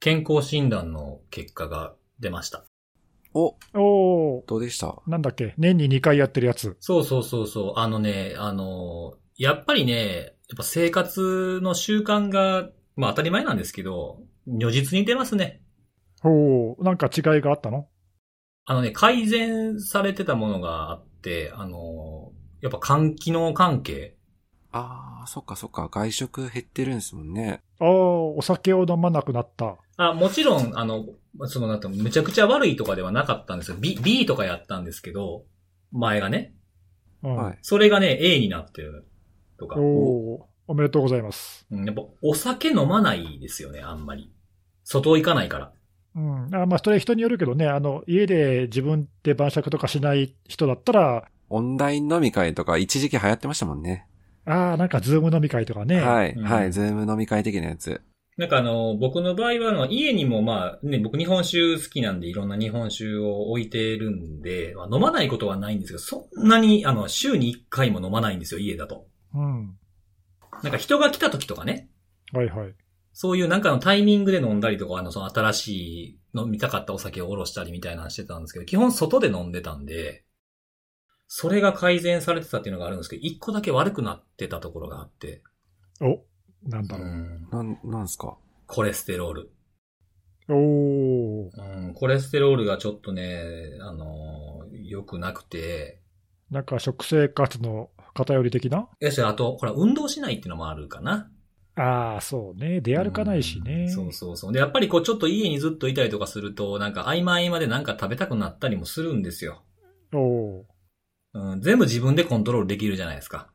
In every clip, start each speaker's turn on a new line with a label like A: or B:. A: 健康診断の結果が出ました。
B: お、
C: おー。
B: どうでした
C: なんだっけ年に2回やってるやつ。
A: そうそうそうそう。あのね、あの、やっぱりね、やっぱ生活の習慣が、まあ当たり前なんですけど、如実に出ますね。
C: おー。なんか違いがあったの
A: あのね、改善されてたものがあって、あの、やっぱ肝機能関係。
B: ああ、そっかそっか。外食減ってるんですもんね。
C: ああ、お酒を飲まなくなった。
A: あ、もちろん、あの、そのなんていうのむちゃくちゃ悪いとかではなかったんですよ。B、B とかやったんですけど、前がね。
C: うん、
B: はい。
A: それがね、A になってるとか
C: お。おー。おめでとうございます。
A: うんやっぱお酒飲まないですよね、あんまり。外行かないから。
C: うん。あまあ、それ人によるけどね、あの、家で自分で晩酌とかしない人だったら、
B: オンライン飲み会とか一時期流行ってましたもんね。
C: ああ、なんかズーム飲み会とかね。
B: はい、
A: うん
B: はい。ズーム飲み会的なやつ。
A: なんかあの、僕の場合はあの、家にもまあ、ね、僕日本酒好きなんでいろんな日本酒を置いてるんで、まあ飲まないことはないんですけど、そんなにあの、週に1回も飲まないんですよ、家だと。
C: うん。
A: なんか人が来た時とかね、
C: はいはい。
A: そういうなんかのタイミングで飲んだりとか、あの、その新しい飲みたかったお酒をおろしたりみたいなのしてたんですけど、基本外で飲んでたんで、それが改善されてたっていうのがあるんですけど、一個だけ悪くなってたところがあって、
C: お、なんだ
A: う
C: ろ
A: ん、
B: なん、なんすか
A: コレステロール。
C: う。おー。
A: うん、コレステロールがちょっとね、あのー良くなくて、
C: なんか食生活の偏り的な
A: やし、あと、ほら、運動しないっていうのもあるかな。
C: ああ、そうね。出歩かないし
A: う
C: ね。
A: んそうそうそう。で、やっぱりこう、ちょっと家にずっといたりとかすると、なんか合間合間でなんか食べたくなったりもするんですよ。
C: おー
A: うん、全部自分でコントロールできるじゃないですか。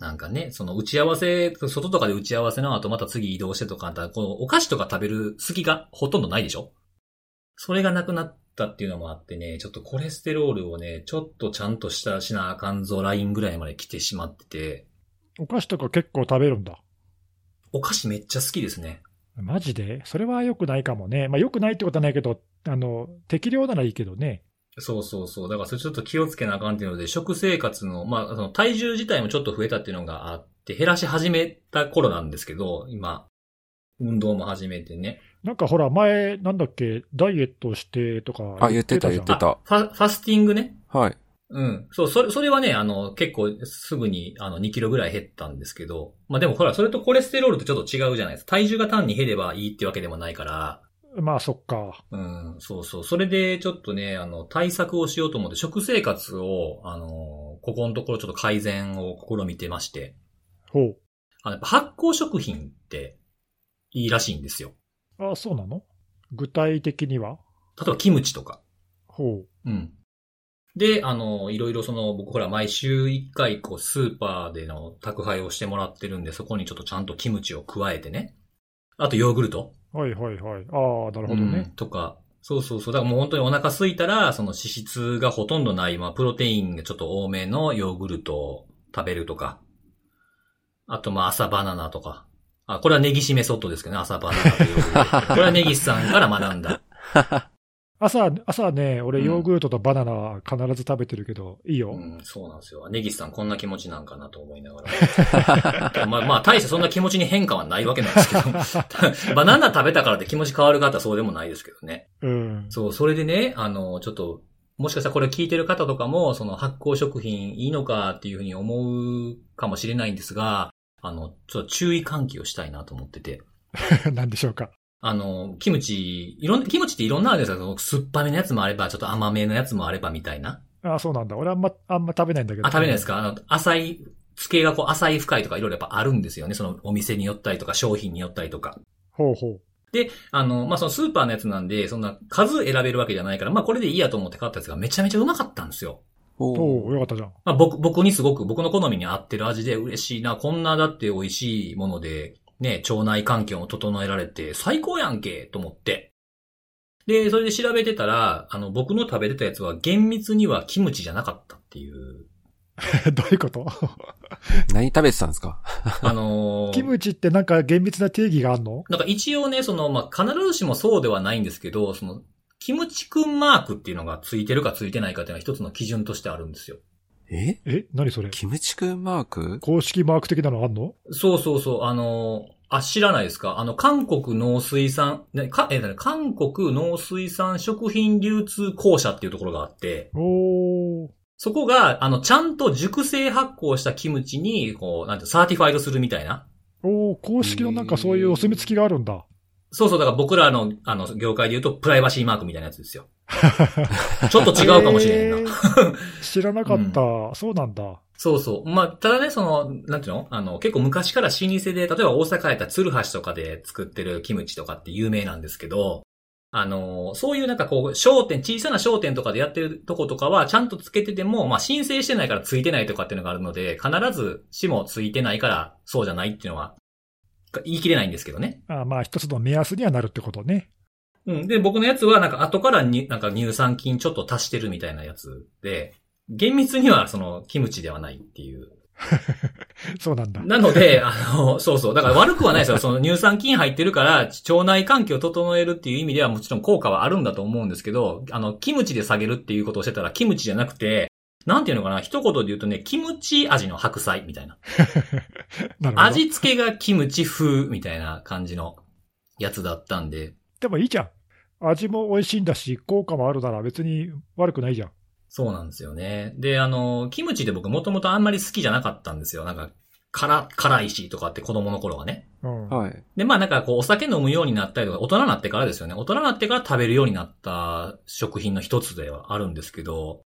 A: なんかね、その打ち合わせ、外とかで打ち合わせの後また次移動してとか、あんたこのお菓子とか食べる隙がほとんどないでしょそれがなくなったっていうのもあってね、ちょっとコレステロールをね、ちょっとちゃんとしたしなあかんぞラインぐらいまで来てしまってて、
C: お菓子とか結構食べるんだ。
A: お菓子めっちゃ好きですね。
C: マジでそれは良くないかもね。まあ良くないってことはないけど、あの、適量ならいいけどね。
A: そうそうそう。だからそれちょっと気をつけなあかんっていうので、食生活の、まあ、その体重自体もちょっと増えたっていうのがあって、減らし始めた頃なんですけど、今、運動も始めてね。
C: なんかほら、前、なんだっけ、ダイエットしてとか。
B: あ言ってた
C: じゃん
B: 言ってた
A: あファ、ファスティングね。
B: はい。
A: うん。そう、それ、それはね、あの、結構すぐに、あの、2キロぐらい減ったんですけど、まあでもほら、それとコレステロールってちょっと違うじゃないですか。体重が単に減ればいいってわけでもないから、
C: まあそっか。
A: うん、そうそう。それでちょっとね、あの、対策をしようと思って、食生活を、あの、ここのところちょっと改善を試みてまして、
C: ほ
A: あの、やっぱ発酵食品っていいらしいんですよ。
C: う。あそうなの具体的には
A: 例えばキムチとか。
C: ほう。
A: うん。で、あの、いろいろその、僕ほら毎週一回こう、スーパーでの宅配をしてもらってるんで、そこにちょっとちゃんとキムチを加えてね。あとヨーグルト。
C: はいはいはい。ああ、なるほど
A: う
C: ね
A: ん。とか。そうそうそう。だからもう本当にお腹空いたら、その脂質がほとんどない、まあ、プロテインがちょっと多めのヨーグルトを食べるとか。あと、まあ、朝バナナとか。あ、これはネギシメソッドですけどね、朝バナナという これはネギスさんから学んだ。
C: 朝、朝ね、俺
A: うん
C: ヨーグルトとバナナは必ず食べてるけど、いいよ。
A: うん、そうなんですよ。ネギスさんこんな気持ちなんかなと思いながら。 まあまあ、大してそんな気持ちに変化はないわけなんですけど。 バナナ食べたからって気持ち変わるかってそうでもないですけどね。
C: うん。
A: そう、それでね、あの、ちょっと、もしかしたらこれ聞いてる方とかも、その発酵食品いいのかっていうふうに思うかもしれないんですが、あの、ちょっと注意喚起をしたいなと思ってて。
C: なん でしょうか。
A: あの、キムチ、いろんな、キムチっていろんなあるじゃないですか。酸っぱめのやつもあれば、ちょっと甘めのやつもあればみたいな。
C: あそうなんだ。俺あんま、あんま食べないんだけど。
A: あ、食べないですかあの、浅い、地形がこう浅い深いとかいろいろやっぱあるんですよね。そのお店によったりとか商品によったりとか。
C: ほうほ
A: あの、まあ、そのスーパーのやつなんで、そんな数選べるわけじゃないから、まあ、これでいいやと思って買ったやつがめちゃめちゃうまかったんですよ。
C: う。
B: お
C: お
B: お
C: お、よかったじゃん。
A: まあ、僕、僕にすごく僕の好みに合ってる味で嬉しいな。こんなだって美味しいもので、ね、腸内環境を整えられて最高やんけと思って。で、それで調べてたら、あの、僕の食べてたやつは厳密にはキムチじゃなかったって いう。
C: どういうこと
B: 何食べてたんですか
A: あのー
C: キムチってなんか厳密な定義があんの
A: なんか一応ね、その、まあ、必ずしもそうではないんですけど、その、キムチくんマークっていうのがついてるかついてないかっていうのは一つの基準としてあるんですよ。
B: え
C: え何それ
B: キムチくんマーク
C: 公式マーク的なのあんの
A: そうそうそう、あの、あ、知らないですかあの、韓国農水産、ね、か、えーなんだ韓国農水産食品流通公社っていうところがあって、
C: おー。
A: そこが、あの、ちゃんと熟成発酵したキムチに、こう、なんて、サーティファイドするみたいな。
C: おー、公式のなんかそういうお墨付きがあるんだ。
A: そうそう、だから僕らの、あの、業界で言うと、プライバシーマークみたいなやつですよ。ちょっと違うかもしれへんな。
C: え ー知らなかった。そうなんだ。
A: そうそう。まあ、ただね、その、なんていうのあの、結構昔から老舗で、例えば大阪やったら鶴橋とかで作ってるキムチとかって有名なんですけど、あの、そういうなんかこう、商店、小さな商店とかでやってるとことかは、ちゃんとつけてても、まあ、申請してないからついてないとかっていうのがあるので、必ずしもついてないから、そうじゃないっていうのは、言い切れないんですけどね。
C: あまあ、一つの目安にはなるってことね。
A: うん。で、僕のやつは、なんか後からに、なんか乳酸菌ちょっと足してるみたいなやつで、厳密にはその、キムチではないっていう。
C: そうなんだ。
A: なので、あの、そうそう。だから悪くはないですよ。その乳酸菌入ってるから、腸内環境を整えるっていう意味ではもちろん効果はあるんだと思うんですけど、あの、キムチで下げるっていうことをしてたら、キムチじゃなくて、なんていうのかな、一言で言うとね、キムチ味の白菜みたいな。
C: なるほど。
A: 味付けがキムチ風みたいな感じのやつだったんで、
C: でもいいじゃん。味も美味しいんだし、効果もあるなら別に悪くないじゃん。
A: そうなんですよね。で、あの、キムチって僕もともとあんまり好きじゃなかったんですよ。なんか、辛、辛いしとかって子供の頃はね。
C: うん。
B: はい。
A: で、まあなんかこう、お酒飲むようになったりとか、大人になってからですよね。大人になってから食べるようになった食品の一つではあるんですけど、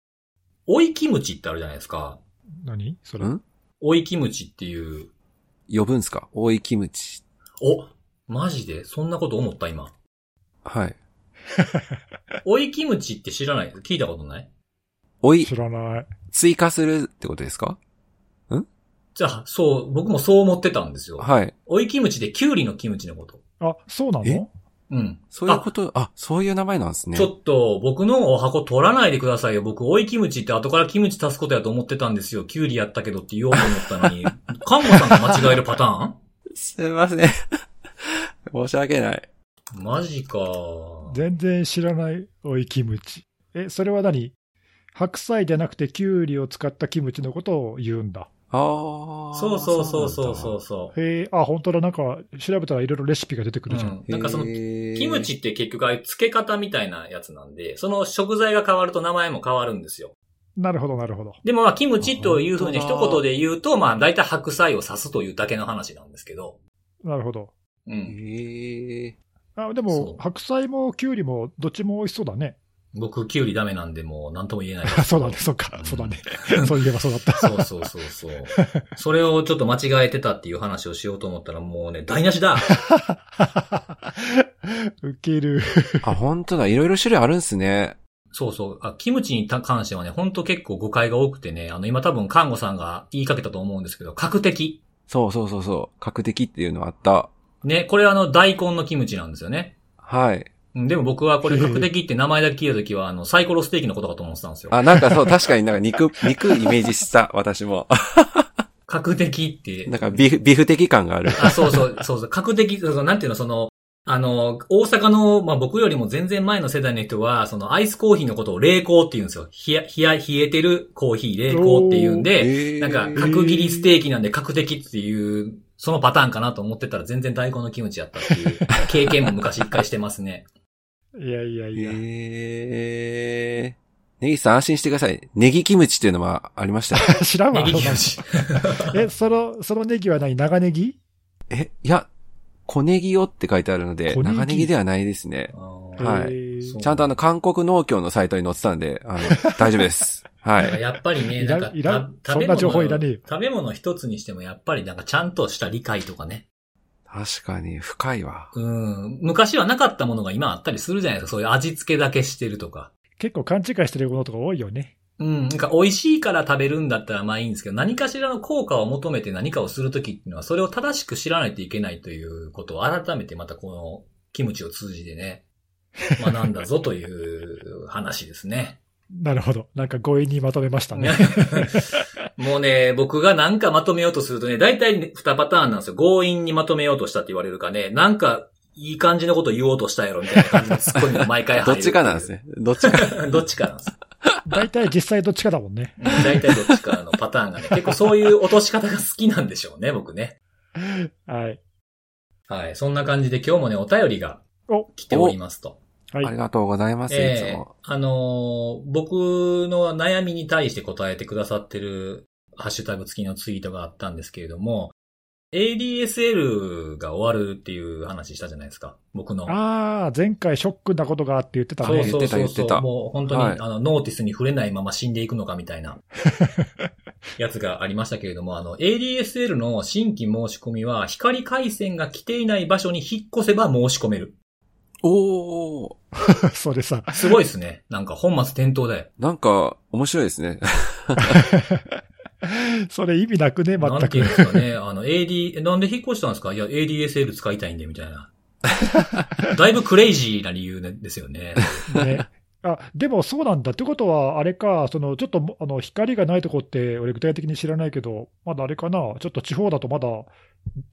A: 追いキムチってあるじゃないですか。
C: 何それ。
B: ん
A: 追いキムチっていう。
B: 呼ぶんすか大いキムチ。
A: おマジでそんなこと思った今。
B: はい。
A: 追いキムチって知らない聞いたことない
B: おい
C: 知、らない。
B: 追加するってことですか
A: じゃあ、そう、僕もそう思ってたんですよ。
B: はい。
A: 追いキムチでキュウリのキムチのこと。
C: あ、そうな
B: え
C: の
A: うん。
B: そういうこと、あそういう名前なんですね
A: ち。ょっと、僕のお箱取らないでくださいよ。僕、追いキムチって後からキムチ足すことやと思ってたんですよ。キュウリやったけどって言おうと思ったの に。看護さんが間違えるパター
B: すいません。 申し訳ない。
A: ンマジか。
C: 全然知らない、おいキムチ。え、それは何白菜じゃなくてキュウリを使ったキムチのことを言うんだ。
B: あー
A: そうそうそうそうそう
B: そ
A: そう。
C: へえ、あ、本当だ、なんか調べたらいろいろレシピが出てく
A: う
C: るじゃん。
A: ん、なんかその、キ
B: キ
A: ムチって結局ああいう漬け方みたいなやつなんで、その食材が変わると名前も変わるんですよ。
C: なるほど、なるほど。
A: でもまあ、キムチというふうに
B: あ
A: 一
B: 本当
A: 言
B: だ
A: で言うと、まあ、大体白菜を刺すというだけの話なんですけど。
C: なるほど。
A: うん。
B: へえ。
C: あ
A: そ
C: で
A: う
C: も、白菜もキュウリもどっちも美味しそうだね。
A: 僕、キュウリダメなんで、もう何とも言えないです
C: あそうだね、そうか、そうだね。 そういえばそうだった。
A: そうそうそうそう。それをちょっと間違えてたっていう話をしようと思ったらもうね、台無しだ
C: ウケる。
B: あ、本当だ。いろいろ種類あるんすね。
A: そうそう。あ、キムチに関してはね、ほんと結構誤解が多くてね、あの、今多分看護さんが言いかけたと思うんですけど、角的。
B: そうそうそうそう。角的っていうのあった。
A: ね、これあの、大根のキムチなんですよね。
B: はい。
A: うんでも僕はこれ角的って名前だけ聞いたときは、あの、サイコロステーキのことかと思ってたんですよ。
B: あ、なんかそう、確かになんか肉、 肉イメージした、私も。
A: 角的って。
B: なんかビーフ、ビーフ的感がある。
A: あ、そうそう、そうそう、格的、そうそうなんていうの、その、あの、大阪の、まあ、僕よりも全然前の世代の人は、その、アイスコーヒーのことを冷凍って言うんですよ。冷や、冷や、冷えてるコーヒー、冷凍って言うんで、
B: へー
A: なんか、角切りステーキなんで、角的っていう、そのパターンかなと思ってたら、全然大根のキムチやったって いう、経験も昔一回してますね。
C: いやいやいや。
B: へえ。ネギさん安心してください。ネギキムチっていうのもありました。
C: 知らん
A: ネ
C: わ。
A: ギキムチ。
C: え、その、そのネギは何長ネギ
B: え、いや、小ネギよって書いてあるので、
C: 小ネギ
B: 長ネギではないですね。はい
C: へー
A: そう
B: ちゃんとあの、韓国農協のサイトに載ってたんで、あの、大丈夫です。は
A: だから
B: い。
A: やっぱりね、
C: い
A: な
C: ら
A: んんか、
C: いらん
A: た
C: そんな情報いらねえよ
A: 食べ物一つにしても、やっぱりなんか、ちゃんとした理解とかね。
B: 確かに、深いわ。
A: うん。昔はなかったものが今あったりするじゃないですか。そういう味付けだけしてるとか。
C: 結構勘違いしてるものとか多いよね。
A: うん。なんか美味しいから食べるんだったらまあいいんですけど、何かしらの効果を求めて何かをするときっていうのは、それを正しく知らないといけないということを改めてまたこのキムチを通じて ね、学んだぞという話ですね。
C: なるほど。なんか強引にまとめましたね。
A: もうね、僕がなんかまとめようとするとね、大体ね二パターンなんですよ。強引にまとめようとしたって言われるかね、なんかいい感じのこと言おうとしたやろみたいな感じのツッコミが毎回 入る
B: どっちかなんです。ね。どっちか。
A: どっちかなんです。
C: 大体実際どっちかだもんね。
A: 大体どっちかの パターンがね、結構そういう落とし方が好きなんでしょうね、僕ね。
C: はい。
A: はい。そんな感じで今日もね、お便りが
C: お
A: 来ておりますと。
C: はい
B: ありがとうございます、いつ
A: ええ
B: も。
A: あのー僕の悩みに対して答えてくださってるハッシュタグ付きのツイートがあったんですけれども、ADSL が終わるっていう話したじゃないですか。僕の。
C: ああ、前回ショックなことがあって言ってた
A: そう
C: ね。
A: そうそう
B: 言ってた言
A: そ
B: っ
A: う。
B: てた
A: もう本当に、
B: はい
A: あの、ノーティスに触れないまま死んでいくのかみたい な、やつがありましたけれども、あの、ADSL の新規申し込みは、光回線が来ていない場所に引っ越せば申し込める。
B: おー、
C: それさ。
A: すごいですね。なんか本末転倒だよ。
B: なんか、面白いですね。
C: それ意味なくね、
A: なん
C: 全
A: ていうん
C: く。
A: ですかね。あの、AD、えなんで引っ越したんですかいや、ADSL 使いたいんで、みたい な。だいぶクレイジーな理由ねですよね。
C: ね。あでもそうなんだってことは、あれか、そのちょっともあの光がないとこって、俺、具体的に知らないけど、まだあれかな、ちょっと地方だとまだ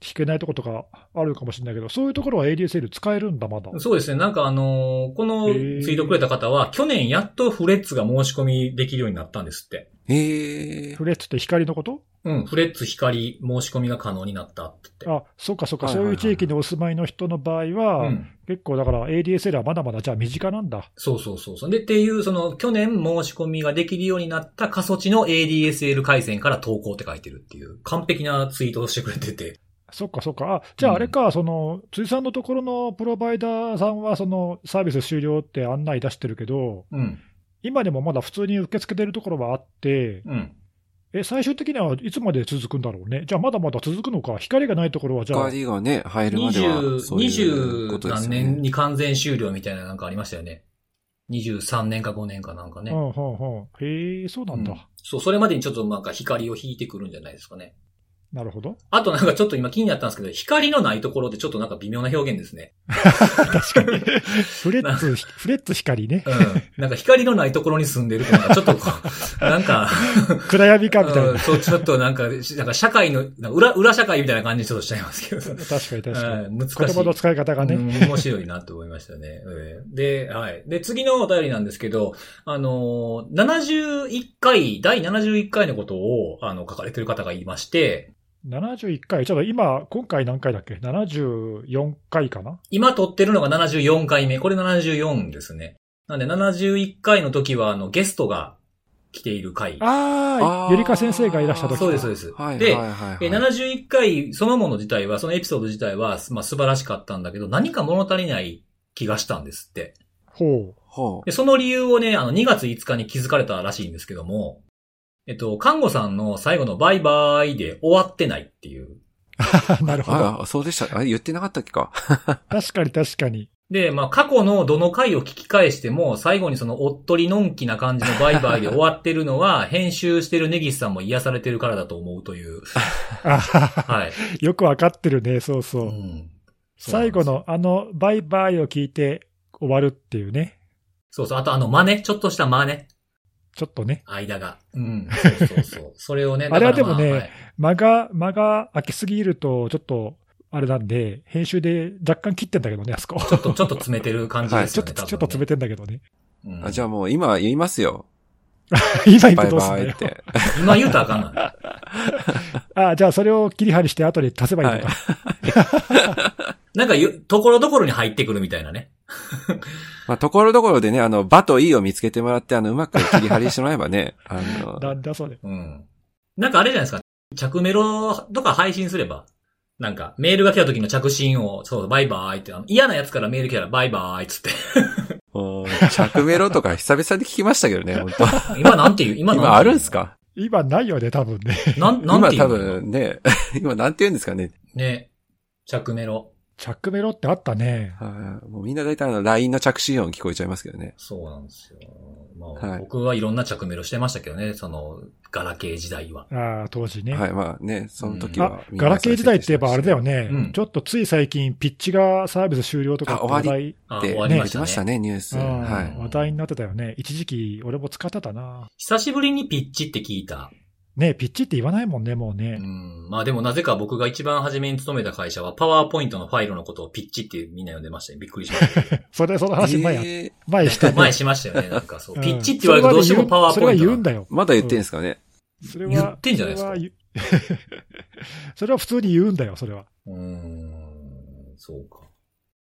C: 引けないとことかあるかもしれないけど、そういうところは ADSL 使えるんだ、まだ。
A: そうですね。なんかあのーこの
C: へ
A: ツ
C: ー
A: イートくれた方は、去年やっとフレッツが申し込みできるようになったんですって。
B: ええ
C: フレッツって光のこと
A: うん、フレッツ光申し込みが可能になったって言っ
C: あそうかそうか、
B: はいはい
C: そう
B: はいいう
C: 地域にお住まいの人の場合は、
A: て。うん。
C: 結構だから ADSL はまだまだじゃあ身近なんだ。
A: そうそうそうそう。で、っていう、その、去年申し込みができるようになった過疎地の ADSL 回線から投稿って書いてるっていう、完璧なツイートをしてくれてて。
C: そっかそっか、あじゃああれか、その辻さんのところのプロバイダーさんは、そのサービス終了って案内出してるけど、
A: うん、
C: 今でもまだ普通に受け付けてるところはあって、
A: うん。
C: え最終的にはいつまで続くんだろうね、じゃあまだまだ続くのか、光がないところはじゃあ、
B: 光がね、入るまでは、
A: 20
B: そういうこと
A: 20
B: です
A: 何
B: よ
A: 年
B: ね。
A: に完全終了みたいななんかありましたよね。23年か5年かなんかね。
C: うんうんうん、へえ、そうなんだ、
A: うんそう、それまでにちょっとなんか光を引いてくるんじゃないですかね。
C: なるほど、
A: あとなんかちょっと今気になったんですけど、光のないところでちょっとなんか微妙な表現ですね。
C: 確かに、フレッツ、 フレッツ光ね、
A: うん。なんか光のないところに住んでるとなんかちょっとこ う、なんか、
C: 暗闇かみたいな、
A: うんそう、ちょっとなんか、しなんか社会の、なんか裏、裏社会みたいな感じにちょっとしちゃいますけど。
C: 確かに確かに、
A: うん難しい。
C: 言葉の使い方がね、
A: うん面白いなと思いましたね。えーで、はい。で、次のお便りなんですけど、あのー、71回、第71回のことを、あの、書かれてる方がいまして、
C: 71回、ちょっと今、今回何回だっけ、74回かな、
A: 今撮ってるのが74回目。これ74ですね。なんで、71回の時は、あの、ゲストが来ている回。
C: あ
B: あ
C: あ、
B: ー
C: ゆりか先生がいらした時
A: そうです、そうです。
B: はい、
A: で、
B: はいはい、はい。
A: えー71回そのもの自体は、そのエピソード自体は、まあ、素晴らしかったんだけど、何か物足りない気がしたんですって。
C: ほ
B: ほう
A: で、その理由をね、あの、2月5日に気づかれたらしいんですけども、えっと、看護さんの最後のバイバイで終わってないっていう。
C: う、なるほど、
B: ああ、そうでした。あれ言ってなかったっけか。
C: 確かに確かに、
A: で、まあ、過去のどの回を聞き返しても、最後にそのおっとりのんきな感じのバイバイで終わってるの は、編集してるネギスさんも癒されてるからだと思うという。
C: あはは
A: はい。
C: よくわかってるね、そうそうう。
A: ん
C: 最後。のあの、バイバイを聞いて終わるっていうね。
A: そうそう。あとあの、真似。ちょっとした真似。
C: ちょっとね、
A: 間が。うん。そうそうそう。それをね。
C: あれは
A: だからま
C: でもね
A: い
C: 間が、間が空きすぎると、ちょっと、あれなんで、編集で若干切ってんだけどね、あそこ。
A: ちょっと、ちょっと詰めてる感じです
C: ちょ
A: よ
C: っ
A: ね。
C: と、ちょっと詰めてんだけどね。
A: め
B: あじゃあもう今言いますよ。
C: 今言っ
B: バ
C: て
B: イ
C: どうすん
B: バ
C: だ
B: イ
C: よ
B: っ。て。
A: 今言うたらあかんな。
C: あ、じゃあそれを切り張りして後で足せばいいのか。
A: なんかよ、ところどころに入ってくるみたいなね。
B: まあ、ところどころでね、あの、バとイを見つけてもらって、あの、うまく切り張りしてもらえばね、あの、
C: なん だそれ。
A: うん。なんかあれじゃないですか。着メロとか配信すれば、なんか、メールが来た時の着信を、そう、バイバーイって、あの嫌なやつからメール来たらバイバーイっつって。
B: お着メロとか久々に聞きましたけどね、本当
A: 今なんて言う今なんて言う
B: 今あるんすか
C: 今ないよね、多分ね。
A: なん、なん
B: 今
A: て言
B: 多
A: う
B: 分ね、 今なんて言うんですかね。
A: ね。着メロ。
C: チャックメロってあったね。
B: はいもうみんな大体あの、LINE の着信音聞こえちゃいますけどね。
A: そうなんですよ。まあ、
B: はい
A: 僕はいろんな着メロしてましたけどね、その、ガラケー時代は。
C: ああ、当時ね。
B: はい、まあね、その時
C: あ
B: は、。
C: ガラケー時代って言えばあれだよ
B: ね。
C: ね、
A: うん
C: ちょっとつい最近、ピッチがサービス終了とかって
B: あ終わり
C: 話題
A: あ、
B: って
A: 終わり
B: 言
A: ま
B: っ
A: してたね。
B: ましたね、ニュース。
C: うん
B: はい。
C: 話題になってたよね。一時期、俺も使ってたな。
A: 久しぶりにピッチって聞いた。
C: ねピッチって言わないもんね、もう
A: う
C: ね。
A: ん。まあでもなぜか僕が一番初めに勤めた会社は、パワーポイントのファイルのことをピッチってみんな呼んでましたね。びっくりしました。
C: それ、その話前や、
B: えー
C: 前 したね。
A: 前しましたよね。なんかそう。
C: うん
A: ピッチって言われるとどうしてもパワー
C: そ
A: ポ
C: れは
A: イント
C: 言
A: な
C: うんん
A: だ。
C: だよ。
B: まだ言ってんですかね。
C: それは
A: 言ってんじゃないですか
C: それは言うそれは普通に言うんだよ、それは。
A: うーん。そうか。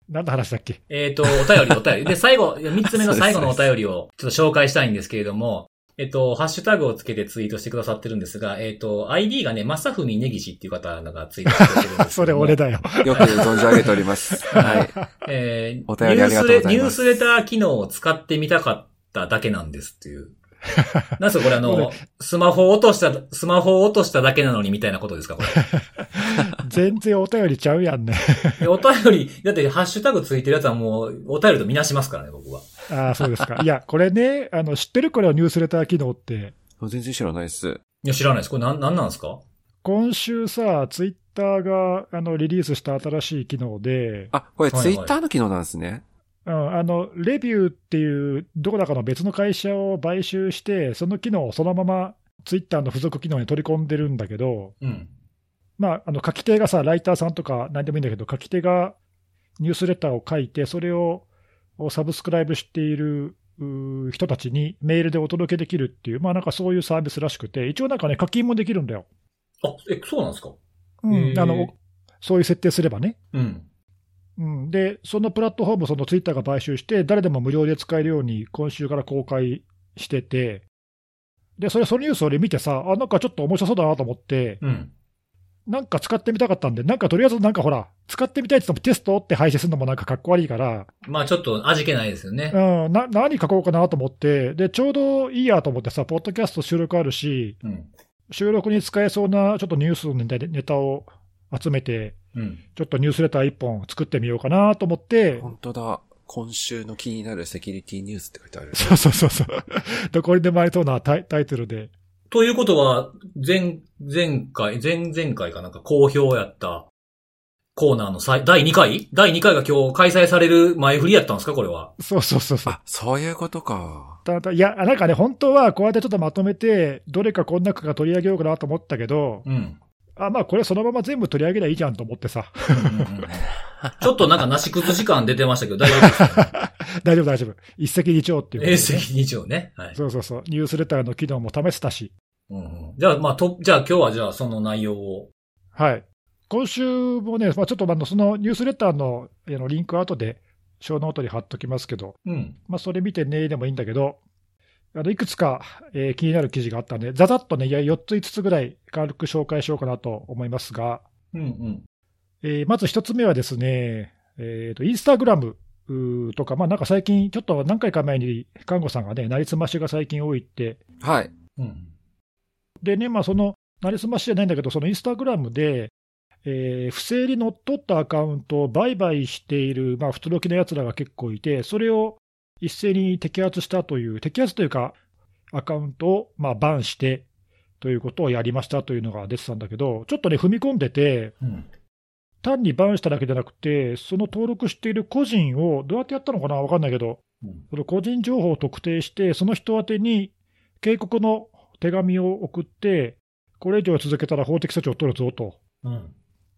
C: 何の話だっけ
A: えっ、と、お便り、お便り。で、最 後、3つ目の最後のお便りをちょっと紹介したいんですけれども、えっと、ハッシュタグをつけてツイートしてくださってるんですが、えっと、ID がね、まさふみねぎしっていう方がツイートしてくれてるんですけども
C: それ俺だよ。
B: よく存じ上げており ます。はい。
A: えー
B: お便りありがとうございます
A: ニュースレニュースレター機能を使ってみたかっただけなんですって いう。なんすかこれあの
C: こ、
A: スマホを落とした、スマホを落としただけなのにみたいなことですかこ れ。
C: 全然お便りちゃうやんね。
A: でお便り、だってハッシュタグついてるやつはもう、お便りとみなしますからね、僕は。
C: ああ、そうですか。いや、これね、あの、知ってるこれをニュースレター機能って。
B: 全然知らないです。
A: いや、知らないです。これなん、なんなんですか
C: 今週さ、ツイッターが、あの、リリースした新しい機能で、
B: あ、これ
A: はい
B: ツ
A: はい
B: イッターの機能なんですね。
C: うん、あの、レビューっていう、どこだかの別の会社を買収して、その機能をそのまま、ツイッターの付属機能に取り込んでるんだけど、
A: うん。
C: まあ、あの書き手がさ、ライターさんとか何でもいいんだけど、書き手がニュースレターを書いて、それをサブスクライブしているうー人たちにメールでお届けできるっていう、まあなんかそういうサービスらしくて、一応なんかね、課金もできるんだよ。
A: あ、え、そうなんですか
C: うん
A: へー
C: あのそういう設定すればね。
A: うん。
C: うん、で、そのプラットフォーム、そのツイッターが買収して、誰でも無料で使えるように、今週から公開してて、で、それ、そのニュースを俺見てさ、あ、なんかちょっと面白そうだなと思って、
A: うん。
C: なんか使ってみたかったんで、なんかとりあえずなんかほら、使ってみたいって言ってもテストって配信するのもなんかかっこ悪いから、
A: まあちょっと味気ないですよね。
C: うん、な何書こうかなと思って、で、ちょうどいいやと思ってさ、ポッドキャスト収録あるし、
A: うん。
C: 収録に使えそうなちょっとニュースのネタネタを集めて、
A: うん。
C: ちょっとニュースレター1本作ってみようかなと思って、
B: 本当だ。今週の気になるセキュリティニュースって書いてある。
C: そうそうそうそう、どこにでもありそうなタイタイトルで、
A: ということは、前、前回、前々回かなんか好評やったコーナーの最第2回第2回が今日開催される前振りやったんですかこれは。
C: そうそうそうそう。
B: あ、そういうことか。
C: ただいや、なんかね、本当はこうやってちょっとまとめて、どれかこんなから取り上げようかなと思ったけど、
A: うん。
C: あ、まあこれそのまま全部取り上げりゃいいじゃんと思ってさ。
A: うんうん うんちょっとなんかなし崩し感出てましたけど、大丈夫ですか、
C: 大丈夫、大丈夫。一石二鳥っていうことで
A: 衛
C: ね
A: 生二条 ね。はい。
C: そうそうそう。ニュースレターの機能も試せたし。
A: うんうん、じゃあ、まあ、と、じゃあ今日はじゃあその内容を。
C: はい。今週もね、まあ、ちょっとあのそのニュースレターのあのリンクは後で、小ノートに貼っときますけど、
A: うん。
C: まあ、それ見てねでもいいんだけど、あのいくつか、えー気になる記事があったんで、ざざっとね、いや4つ、5つぐらい軽く紹介しようかなと思いますが、
A: うんうん。
C: えーまず1つ目はですね、えーとインスタグラムうーとか、まあ、なんか最近、ちょっと何回か前に看護さんがね、なりすましが最近多いって
B: はい。
A: うん。
C: でね、まあ、その、なりすましじゃないんだけど、そのインスタグラムで、えー不正に乗っ取ったアカウントを売買している、まあ、不届きなやつらが結構いて、それを一斉に摘発したという、摘発というか、アカウントをまあバンしてということをやりましたというのが出てたんだけど、ちょっとね、踏み込んでて、
A: うん。
C: 単にバンしただけじゃなくて、その登録している個人を、どうやってやったのかな、分かんないけど、
A: うん
C: その個人情報を特定して、その人宛てに警告の手紙を送って、これ以上続けたら法的措置を取るぞと、
A: うん。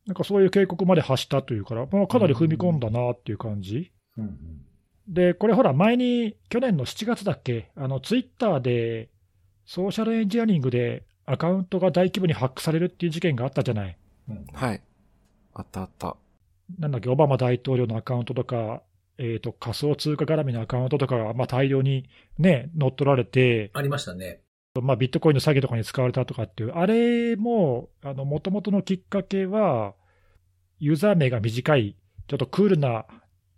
C: なんかそういう警告まで発したというから、まあ、かなり踏み込んだなっていう感じ。
A: うん。
C: で、これほら、前に去年の7月だっけ、あのツイッターでソーシャルエンジニアリングでアカウントが大規模にハックされるっていう事件があったじゃない。
A: うん。
B: はい。あったあった。
C: なんだっけ、オバマ大統領のアカウントとか、えー、と仮想通貨絡みのアカウントとかが、まあ、大量に、ね、乗っ取られて、
A: ありましたね。
C: まあ、ビットコインの詐欺とかに使われたとかっていう、あれも、もともとのきっかけは、ユーザー名が短い、ちょっとクールな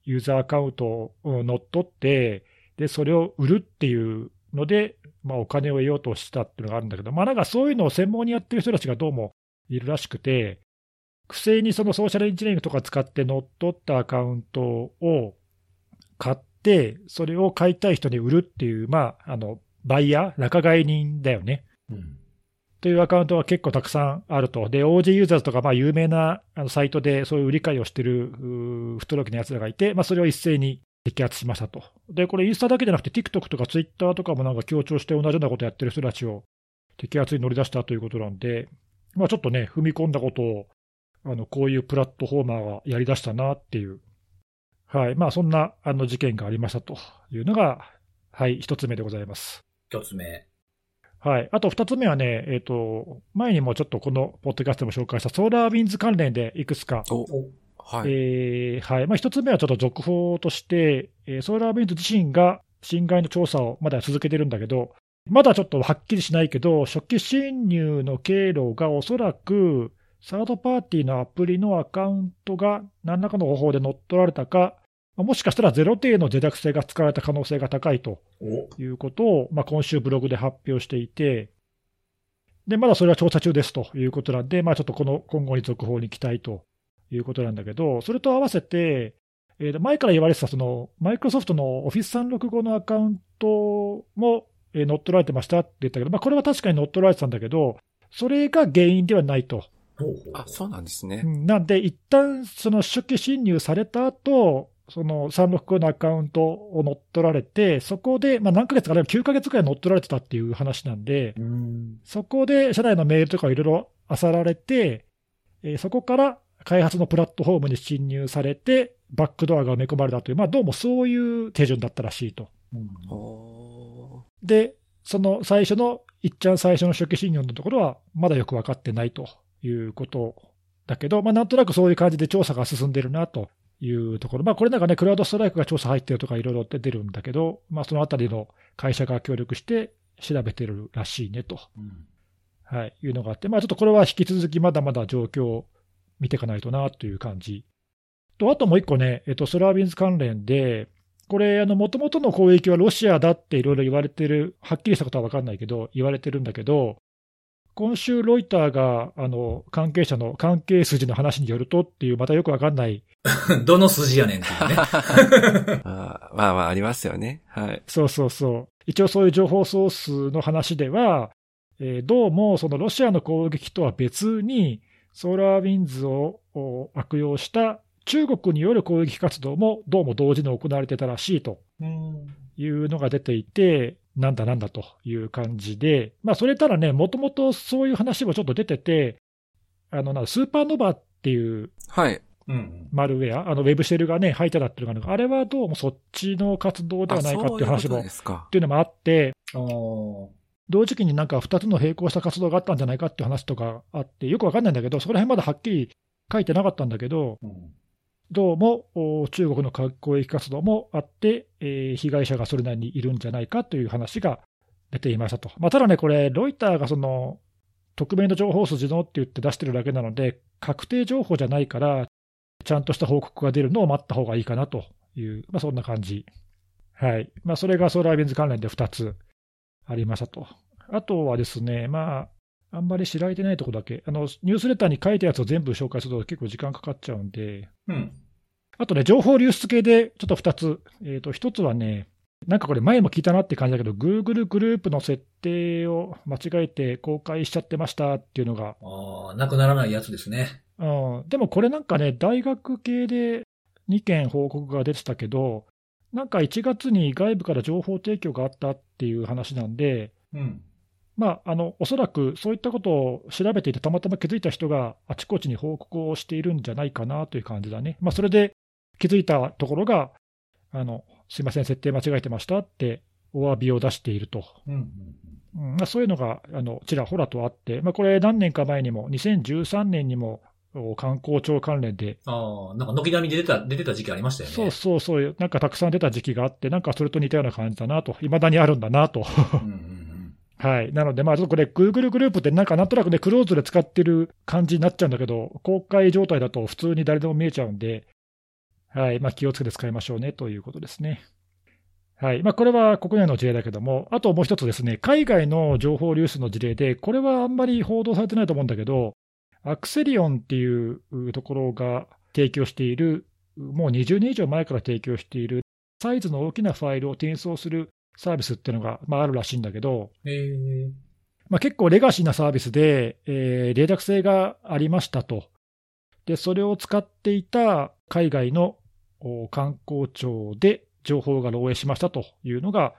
C: ユーザーアカウントをうん乗っ取って、でそれを売るっていうので、まあ、お金を得ようとしたっていうのがあるんだけど、まあ、なんかそういうのを専門にやってる人たちがどうもいるらしくて、不正にそのソーシャルエンジニアリングとか使って乗っ取ったアカウントを買って、それを買いたい人に売るっていう、まあ、あのバイヤー、仲買人だよね。
A: うん。
C: というアカウントが結構たくさんあると。で、OG ユーザーズとか、まあ、有名なあのサイトでそういう売り買いをしてる、うー不届きな奴らがいて、まあ、それを一斉に摘発しましたと。で、これインスタだけじゃなくて、TikTok とか Twitter とかもなんか強調して同じようなことやってる人たちを摘発に乗り出したということなんで、まあ、ちょっとね、踏み込んだことを、あの、こういうプラットフォーマーがやり出したなっていう。はい。まあ、そんな、あの、事件がありましたというのが、はい、一つ目でございます。
A: 一つ目。
C: はい、あと2つ目はね、えーと、前にもちょっとこのポッドキャストでも紹介したソーラーウィンズ関連でいくつか
B: お、
A: お、
B: はい。
C: えーはいまあ、1つ目はちょっと続報として、えーソーラーベンズ自身が侵害の調査をまだ続けてるんだけど、まだちょっとはっきりしないけど、初期侵入の経路がおそらく、サードパーティーのアプリのアカウントが何らかの方法で乗っ取られたか、まあもしかしたらゼロ定の脆弱性が使われた可能性が高いと
A: お
C: いうことを、まあ、今週ブログで発表していて、で、まだそれは調査中ですということなんで、まあ、ちょっとこの今後に続報に期待ということなんだけど、それと合わせて、えー前から言われてたその、マイクロソフトの Office365 のアカウントも、えー乗っ取られてましたって言ったけど、まあ、これは確かに乗っ取られてたんだけど、それが原因ではないと。
A: ほうほう
B: あ、そうなんですね
C: う。んなんで、一旦その初期侵入された後その365のアカウントを乗っ取られて、そこで、まあ、何ヶ月か、9ヶ月くらい乗っ取られてたっていう話なんで、
A: うん。
C: そこで社内のメールとかいろいろ漁られて、えーそこから開発のプラットフォームに侵入されて、バックドアが埋め込まれたという、まあ、どうもそういう手順だったらしいと。
B: おー
C: で、その最初の、いっちゃん最初の初期信用のところは、まだよく分かってないということだけど、まあ、なんとなくそういう感じで調査が進んでるなというところ、まあ、これなんかね、クラウドストライクが調査入ってるとかいろいろ出てるんだけど、まあ、そのあたりの会社が協力して調べてるらしいねと、
A: うん
C: はい、いうのがあって、まあ、ちょっとこれは引き続きまだまだ状況を見ていかないとなという感じ。と、あともう一個ね、えっと、ソラービンズ関連で、これ、あの、元々の攻撃はロシアだっていろいろ言われてる、はっきりしたことは分かんないけど、言われてるんだけど、今週、ロイターが、あの、関係者の、関係筋の話によるとっていう、またよく分かんない、
A: どの筋やねんっていうね。
B: あーまあまあ、ありますよね。はい。
C: そうそうそう、一応そういう情報ソースの話では、えーどうもそのロシアの攻撃とは別に、ソーラーウィンズをお悪用した中国による攻撃活動もどうも同時に行われてたらしいというのが出ていて、なんだなんだという感じで、まあ、それたらね、もともとそういう話もちょっと出てて、あのなんだスーパーノバっていう
B: はい。
A: うん。
C: マルウェア、あのウェブシェルがね、入っただっていうのがあるのがあれはどうもそっちの活動で
B: あ
C: はないかっていう話
B: そう
C: も
B: ことですか
C: っ。ていうのもあって、
A: あー
C: 同時期になんか2つの並行した活動があったんじゃないかっていう話とかあって、よくわかんないんだけど、そこら辺まだはっきり書いてなかったんだけど、
A: うん
C: どうもお中国の攻撃活動もあって、えー被害者がそれなりにいるんじゃないかという話が出ていましたと。まあ、ただね、これ、ロイターがその匿名の情報筋のって言って出してるだけなので、確定情報じゃないから、ちゃんとした報告が出るのを待った方がいいかなという、まあ、そんな感じ。はい。まあ、それがソーラービンズ関連で2つありましたと。あとはですね、まあ、あんまり知られてないとこだけ、あの、ニュースレターに書いたやつを全部紹介すると結構時間かかっちゃうんで、
A: うん。
C: あとね、情報流出系でちょっと2つ。えっ、と、1つはね、なんかこれ前も聞いたなって感じだけど、Google グループの設定を間違えて公開しちゃってましたっていうのが、
A: ああ、なくならないやつですね。
C: うん、でもこれなんかね、大学系で2件報告が出てたけど、なんか1月に外部から情報提供があったっていう話なんで、
A: うん。
C: まあ、あのおそらくそういったことを調べていて、たまたま気づいた人があちこちに報告をしているんじゃないかなという感じだね。まあ、それで気づいたところが、あのすいません、設定間違えてましたってお詫びを出していると、
A: うん。うん
C: うんまあ、そういうのがあのちらほらとあって、まあ、これ、何年か前にも、2013年にもお観光庁関連で、
A: ああ、なんか軒並みで出た、出てた時期ありましたよね。
C: そうそうそう、なんかたくさん出た時期があって、なんかそれと似たような感じだなと、いまだにあるんだなと。
A: うんうん
C: はい。なので、まあ、ちょっとこれ、Google グループって、なんかなんとなくね、クローズで使ってる感じになっちゃうんだけど、公開状態だと普通に誰でも見えちゃうんで、はい。まあ、気をつけて使いましょうね、ということですね。はい。まあ、これは国内の事例だけども、あともう一つですね、海外の情報流出の事例で、これはあんまり報道されてないと思うんだけど、アクセリオンっていうところが提供している、もう20年以上前から提供している、サイズの大きなファイルを転送するサービスっていうのが、まあ、あるらしいんだけど、
A: うん。ええ
C: まあ、結構レガシーなサービスで、えー、脆弱性がありましたと。で、それを使っていた海外のお観光庁で情報が漏洩しましたというのが、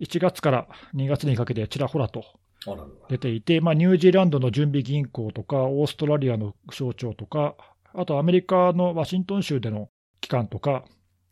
C: 1月から2月にかけてちらほらと
A: あららら。
C: 出ていて、まあ、ニュージーランドの準備銀行とか、オーストラリアの省庁とか、あとアメリカのワシントン州での機関とか、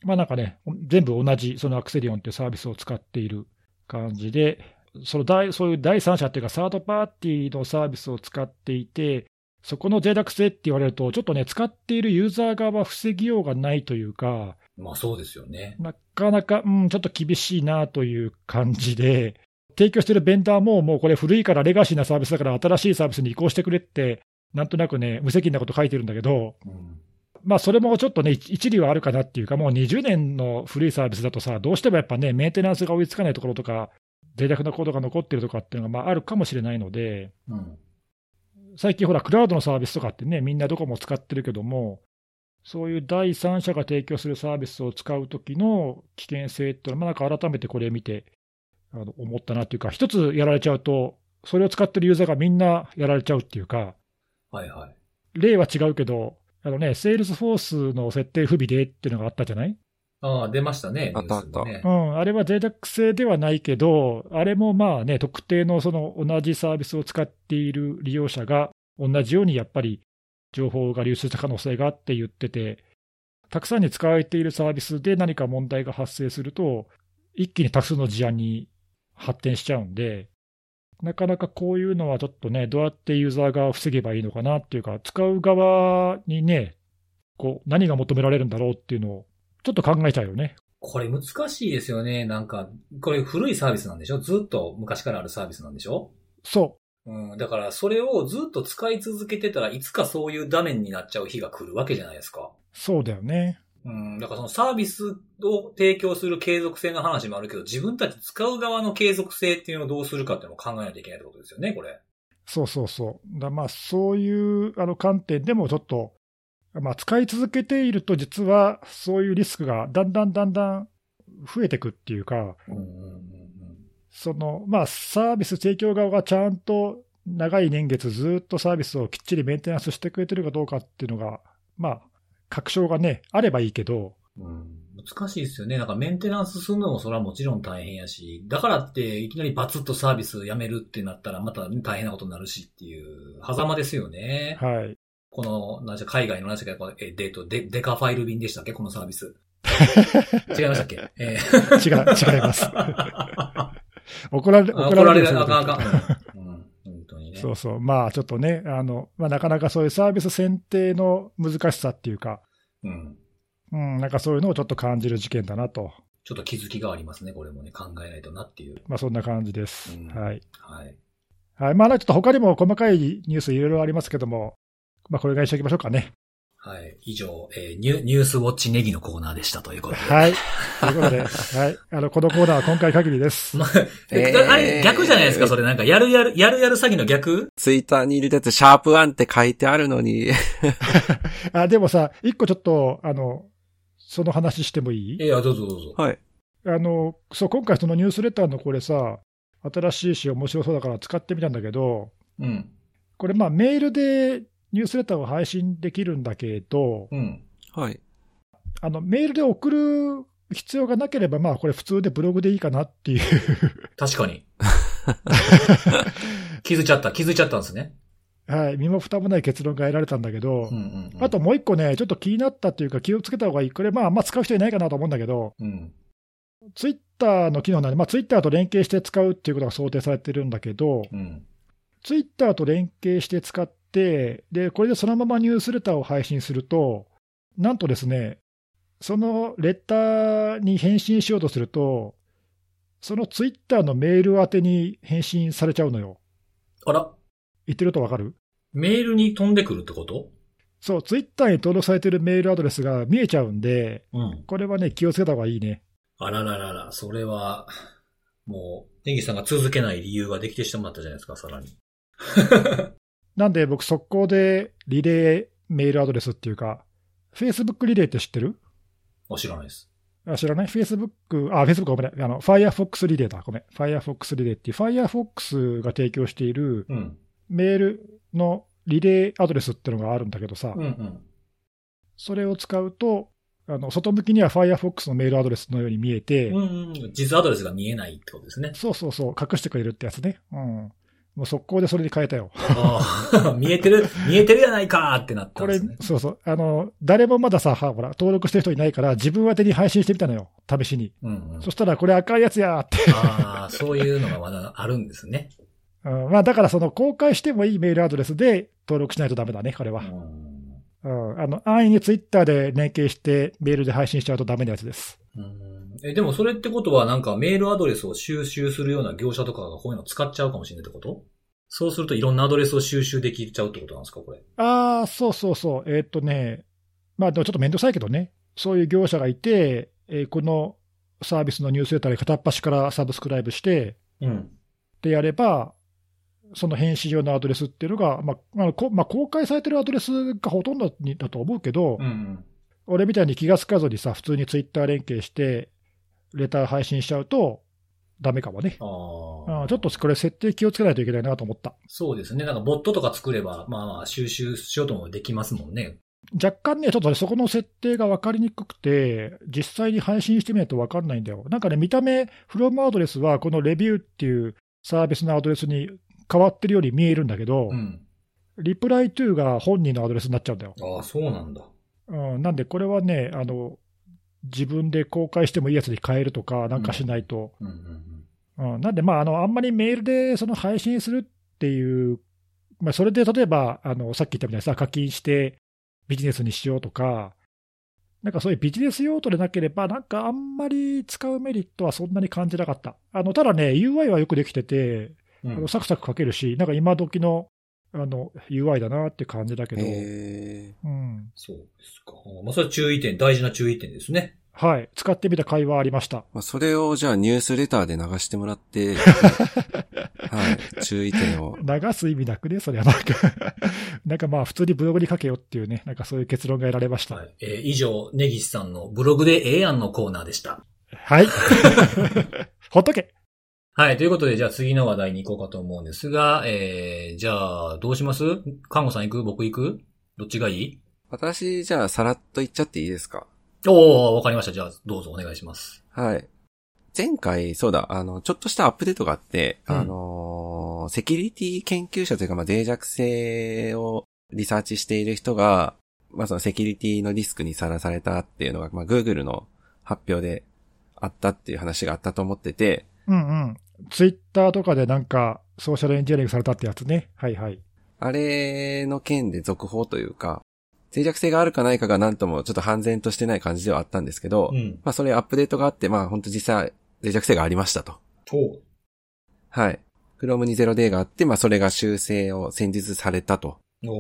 C: まあ、なんかね、全部同じ、そのアクセリオンっていうサービスを使っている感じで、その第そういう第三者っていうか、サードパーティーのサービスを使っていて、そこの脆弱性って言われると、ちょっとね、使っているユーザー側は防ぎようがないというか、
A: まあそうですよね。
C: なかなか、うん、ちょっと厳しいなという感じで、提供しているベンダーも、もうこれ古いからレガシーなサービスだから、新しいサービスに移行してくれって、なんとなくね、無責任なこと書いてるんだけど、
A: うん。
C: まあ、それもちょっとね、一一理はあるかなっていうか、もう20年の古いサービスだとさ、どうしてもやっぱね、メンテナンスが追いつかないところとか、脆弱なコードが残ってるとかっていうのがまああるかもしれないので、
A: うん。
C: 最近ほら、クラウドのサービスとかってね、みんなどこも使ってるけども、そういう第三者が提供するサービスを使う時の危険性っていうのは、まあなんか改めてこれ見て、あの思ったなっていうか、一つやられちゃうと、それを使ってるユーザーがみんなやられちゃうっていうか、
A: はいはい。
C: 例は違うけど、あのね、セールスフォースの設定不備でっていうのがあったじゃない、
A: ああ、出ましたね。
B: あったあった
A: ニュースにね
C: うん、あれは脆弱性ではないけど、あれもまあね、特定のその同じサービスを使っている利用者が、同じようにやっぱり情報が流出した可能性があって言ってて、たくさんに使われているサービスで何か問題が発生すると、一気に多数の事案に発展しちゃうんで、なかなかこういうのはちょっとね、どうやってユーザー側を防げばいいのかなっていうか、使う側にね、こう何が求められるんだろうっていうのを、ちょっと考えちゃうよね。
A: これ難しいですよね。なんか、これ古いサービスなんでしょずっと昔からあるサービスなんでしょ
C: そう
A: うん。だから、それをずっと使い続けてたらいつかそういうダメになっちゃう日が来るわけじゃないですか。
C: そうだよね。
A: うん。だからそのサービスを提供する継続性の話もあるけど、自分たち使う側の継続性っていうのをどうするかっていうのを考えないといけないってことですよね、これ。
C: そうそうそう。だまあ、そういうあの観点でもちょっと、まあ、使い続けていると、実はそういうリスクがだんだんだんだん増えていくっていうか、
A: うんうんうんうん。
C: そのまあ、サービス提供側がちゃんと長い年月ずっとサービスをきっちりメンテナンスしてくれてるかどうかっていうのが、まあ、確証がね、あればいいけど、
A: うん難しいですよね。なんかメンテナンスするのもそれはもちろん大変やし、だからっていきなりバツッとサービスやめるってなったらまた大変なことになるしっていう、狭間ですよね。
C: はい。
A: この、なんじゃ、海外のなんじゃ、えデート、デデカファイル便でしたっけこのサービ ス。違いましたっけえー
C: 違う、違います。怒られ、
A: 怒られる、
C: そういう
A: あ
C: こ
A: か
C: と
A: んあかん。うんうん本当にね。
C: そうそう、まあちょっとね、あのまあ、なかなかそういうサービス選定の難しさっていうか、
A: うん。
C: うん、なんかそういうのをちょっと感じる事件だなと、
A: ちょっと気づきがありますね。これもね、考えないとなっていう。
C: まあ、そんな感じです。
A: うん
C: はい
A: はい。
C: はいまあ、ちょっと他にも細かいニュースいろいろありますけども、まあ、これぐらいにしておきましょうかね。
A: はい。以上、えーニュニュースウォッチネギのコーナーでしたということで。
C: はい、ということで、はい、あのこのコーナーは今回限りです。
A: まあ、え
B: えー
A: あれ、逆じゃないですか、それなんか、やるやる、やるやる詐欺の逆
B: ツイッターに入れたやつ、シャープワンって書いてあるのに。
C: あでもさ、一個ちょっとあのその話してもいい
A: いや、どうぞどうぞ。
B: はい。
C: あのそう今回、そのニュースレターのこれさ、新しいし、面白そうだから使ってみたんだけど、
A: うん。
C: これ、まあ、メールでニュースレターを配信できるんだけど、
A: うん。
B: はい。
C: あのメールで送る必要がなければ、まあ、これ、普通でブログでいいかなっていう、
A: 確か に。気づいちゃった、気づいちゃったんですね。
C: はい、身も蓋もない結論が得られたんだけど、
A: うんうん、うん。
C: あと、もう一個ね、ちょっと気になったっていうか、気をつけた方がいい、これ、まあ、あんま使う人いないかなと思うんだけど、
A: うん。
C: ツイッターの機能なんで、まあ、ツイッターと連携して使うっていうことが想定されてるんだけど、
A: うん。
C: ツイッターと連携して使って、で、これでそのままニュースレターを配信すると、なんとですね、そのレターに返信しようとすると、そのツイッターのメール宛てに返信されちゃうのよ。
A: あら、
C: 言ってることわかる
A: メールに飛んでくるってこと
C: そう、ツイッターに登録されてるメールアドレスが見えちゃうんで、
A: うん。
C: これはね、気をつけた方がいいね。
A: あらららら、それは、もう、ネギさんが続けない理由ができてしてもらったじゃないですか、さらに。
C: なんで僕、速攻でリレーメールアドレスっていうか、Facebook リレーって知ってる
A: あ、知らないです。
C: あ知らない ?Facebook、あ、Facebook ごめんね。あの、Firefox リレーだ。ごめん。Firefox リレーっていう、Firefox が提供している
A: うん。
C: メールのリレーアドレスっていうのがあるんだけどさ、
A: うんうん。
C: それを使うと、あの外向きには Firefox のメールアドレスのように見えて、。
A: うんうん。実アドレスが見えないってことですね
C: そうそうそう、隠してくれるってやつね。うん。もう速攻でそれに変えたよ。
A: ああ、 見えてる、見えてるやないかーってなった
C: こ
A: んで
C: れ、
A: すね。
C: そうそう。あの、誰もまださ、ほら、登録してる人いないから、自分宛てに配信してみたのよ。試しに。
A: うんうん
C: そ。したら、これ赤いやつやーって。
A: ああ、そういうのがまだあるんですね。
C: うんまあ、だからその公開してもいいメールアドレスで登録しないとダメだね、彼は。うん、あの安易にツイッターで連携してメールで配信しちゃうとダメなやつです。
A: うんえ、でもそれってことはなんかメールアドレスを収集するような業者とかがこういうの使っちゃうかもしれないってことそうするといろんなアドレスを収集できちゃうってことなんですかこれ。
C: ああ、そうそうそう。えーっとね、まあでもちょっとめんどくさいけどね、そういう業者がいて、えーこのサービスのニュースレターに片っ端からサブスクライブして、
A: うん。
C: でやれば、その返信用のアドレスっていうのが、まああのこまあ、公開されてるアドレスがほとんどにだと思うけど、
A: うん。
C: 俺みたいに気がつかずにさ、普通にツイッター連携して、レター配信しちゃうと、ダメかもね。
A: あ
C: あ
A: あ
C: ー。ちょっとこれ、設定気をつけないといけないなと思った。
A: そうですね。なんかボットとか作れば、まあまあ収集しようともできますもんね。
C: 若干ね、ちょっとねそこの設定が分かりにくくて、実際に配信してみないと分かんないんだよ。なんかね、見た目、フロムアドレスは、このレビューっていうサービスのアドレスに変わってるように見えるんだけど、
A: うん。
C: リプライトゥーが本人のアドレスになっちゃうんだよ。
A: ああ、そうなんだ。
C: うん、なんで、これはねあの、自分で公開してもいいやつに変えるとか、なんかしないと。
A: うんうんうん。
C: うん、なんで、まあ、あのあんまりメールでその配信するっていう、まあ、それで例えばあのさっき言ったみたいにさ、課金してビジネスにしようとか、なんかそういうビジネス用途でなければ、なんかあんまり使うメリットはそんなに感じなかった。あのただね、UI はよくできてて、
A: うん
C: あのサクサク書けるし、なんか今時のあの UI だなって感じだけど、
B: え
C: うん
A: そうですか。まあ、それは注意点、大事な注意点ですね。
C: はい、使ってみた会話ありました。
B: まあ、それをじゃあニュースレターで流してもら って、はい、注意点を。
C: 流す意味なくね、それはなんか、 なんかまあ、普通にブログに書けよっていうね、なんかそういう結論が得られました。
A: はい。えー以上、根岸さんのブログでええやんのコーナーでした。
C: はい。ほっとけ。
A: はい。ということで、じゃあ次の話題に行こうかと思うんですが、えー、じゃあ、どうします看護さん行く僕行くどっちがいい
B: 私、じゃあさらっと言っちゃっていいですか
A: おー、わかりました。じゃあ、どうぞお願いします。
B: はい。前回、そうだ、あの、ちょっとしたアップデートがあって、
A: うん
B: あのー、セキュリティ研究者というか、まあ、脆弱性をリサーチしている人が、まあ、そのセキュリティのリスクにさらされたっていうのが、まあ、Google の発表であったっていう話があったと思ってて、
C: うんうん。ツイッターとかでなんか、ソーシャルエンジニアリングされたってやつね。はいはい。
B: あれの件で続報というか、脆弱性があるかないかがなんともちょっと半然としてない感じではあったんですけど、
A: うん。
B: まあそれアップデートがあって、まあ本当実際脆弱性がありましたと。
A: と、
B: はい。Chrome20day があって、まあそれが修正を先日されたと
A: おー。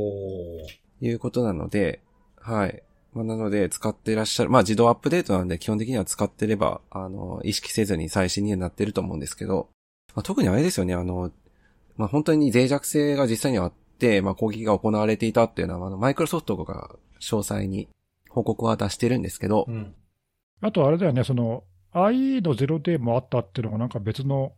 B: いうことなので、はい。まあなので使ってらっしゃる、まあ自動アップデートなんで基本的には使ってれば、あの、意識せずに最新にはなってると思うんですけど、まあ、特にあれですよね、あの、まあ本当に脆弱性が実際にはあって、まあ攻撃が行われていたっていうのは、あの、マイクロソフトが詳細に報告は出してるんですけど、
A: うん。
C: あとあれだよね、その、IE のゼロデーもあったっていうのがなんか別の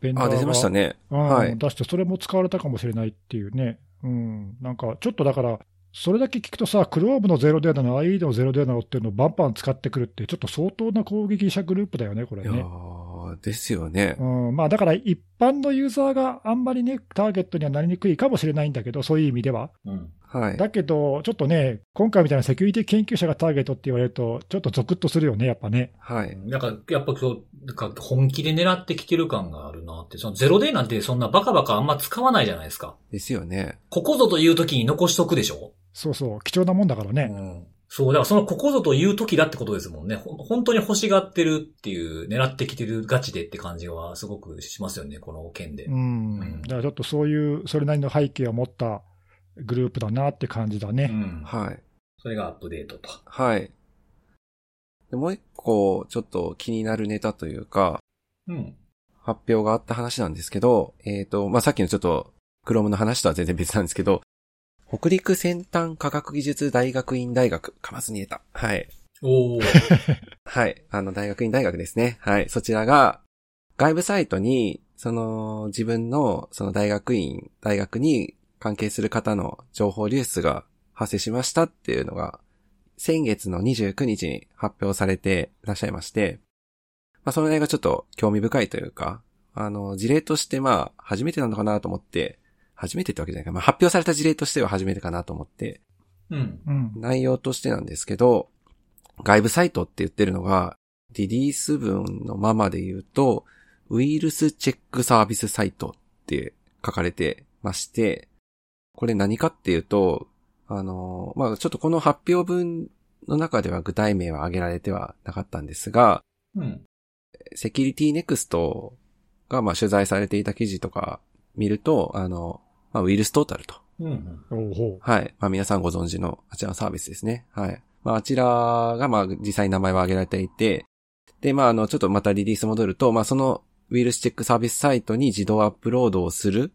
C: ベンダー
B: あ、
C: が
B: 出てましたね。
C: うん
B: はい
C: 出して、それも使われたかもしれないっていうね。うん。なんか、ちょっとだから、それだけ聞くとさ、Chrome のゼロデーなの、IE のゼロデーなのっていうのをバンバン使ってくるって、ちょっと相当な攻撃者グループだよね、こ
B: い
C: れ
B: や
C: ね。
B: ーですよね。
C: うんまあ、だから一般のユーザーがあんまりね、ターゲットにはなりにくいかもしれないんだけど、そういう意味では。
A: うん。
B: はい。
C: だけど、ちょっとね、今回みたいなセキュリティ研究者がターゲットって言われると、ちょっとゾクッとするよね、やっぱね。
B: はい。
A: なんか、やっぱ今日、なんか本気で狙ってきてる感があるなって、そのゼロデイなんてそんなバカバカあんま使わないじゃないですか。
B: ですよね。
A: ここぞという時に残しとくでしょ
C: そうそう、貴重なもんだから
A: う
C: ね。
A: ん。そう、だからそのここぞという時だってことですもんね。ほん本当に欲しがってるっていう、狙ってきてるガチでって感じはすごくしますよね、この件で
C: う。ん。
A: うん
C: だからちょっとそういう、それなりの背景を持ったグループだなって感じだ
A: う
C: ね。
A: ん。
B: はい。
A: それがアップデートと。
B: はい。でもう一個、ちょっと気になるネタというか、
A: うん。
B: 発表があった話なんですけど、えっ、と、まあ、さっきのちょっと、クロムの話とは全然別なんですけど、北陸先端科学技術大学院大学、かまずに得た。はい。
A: おー。
B: はい。あの、大学院大学ですね。はい。そちらが、外部サイトに、その、自分の、その大学院、大学に関係する方の情報流出が発生しましたっていうのが、先月の29日に発表されていらっしゃいまして、まあ、その辺がちょっと興味深いというか、あの、事例としてまあ、初めてなのかなと思って、初めてってわけじゃないか、まあ、発表された事例としては初めてかなと思って、
A: うん。
C: うん。
B: 内容としてなんですけど、外部サイトって言ってるのが、リリース文のままで言うと、ウイルスチェックサービスサイトって書かれてまして、これ何かっていうと、あの、まあ、ちょっとこの発表文の中では具体名は挙げられてはなかったんですが、
A: うん。
B: セキュリティネクストが、まあ、取材されていた記事とか見ると、あの、まあ、ウイルストータルと
A: うん。
C: おうほ
B: はい。まあ皆さんご存知のあちらのサービスですね。はい。まああちらがまあ実際に名前を挙げられていて、で、まああの、ちょっとまたリリース戻ると、まあそのウイルスチェックサービスサイトに自動アップロードをする、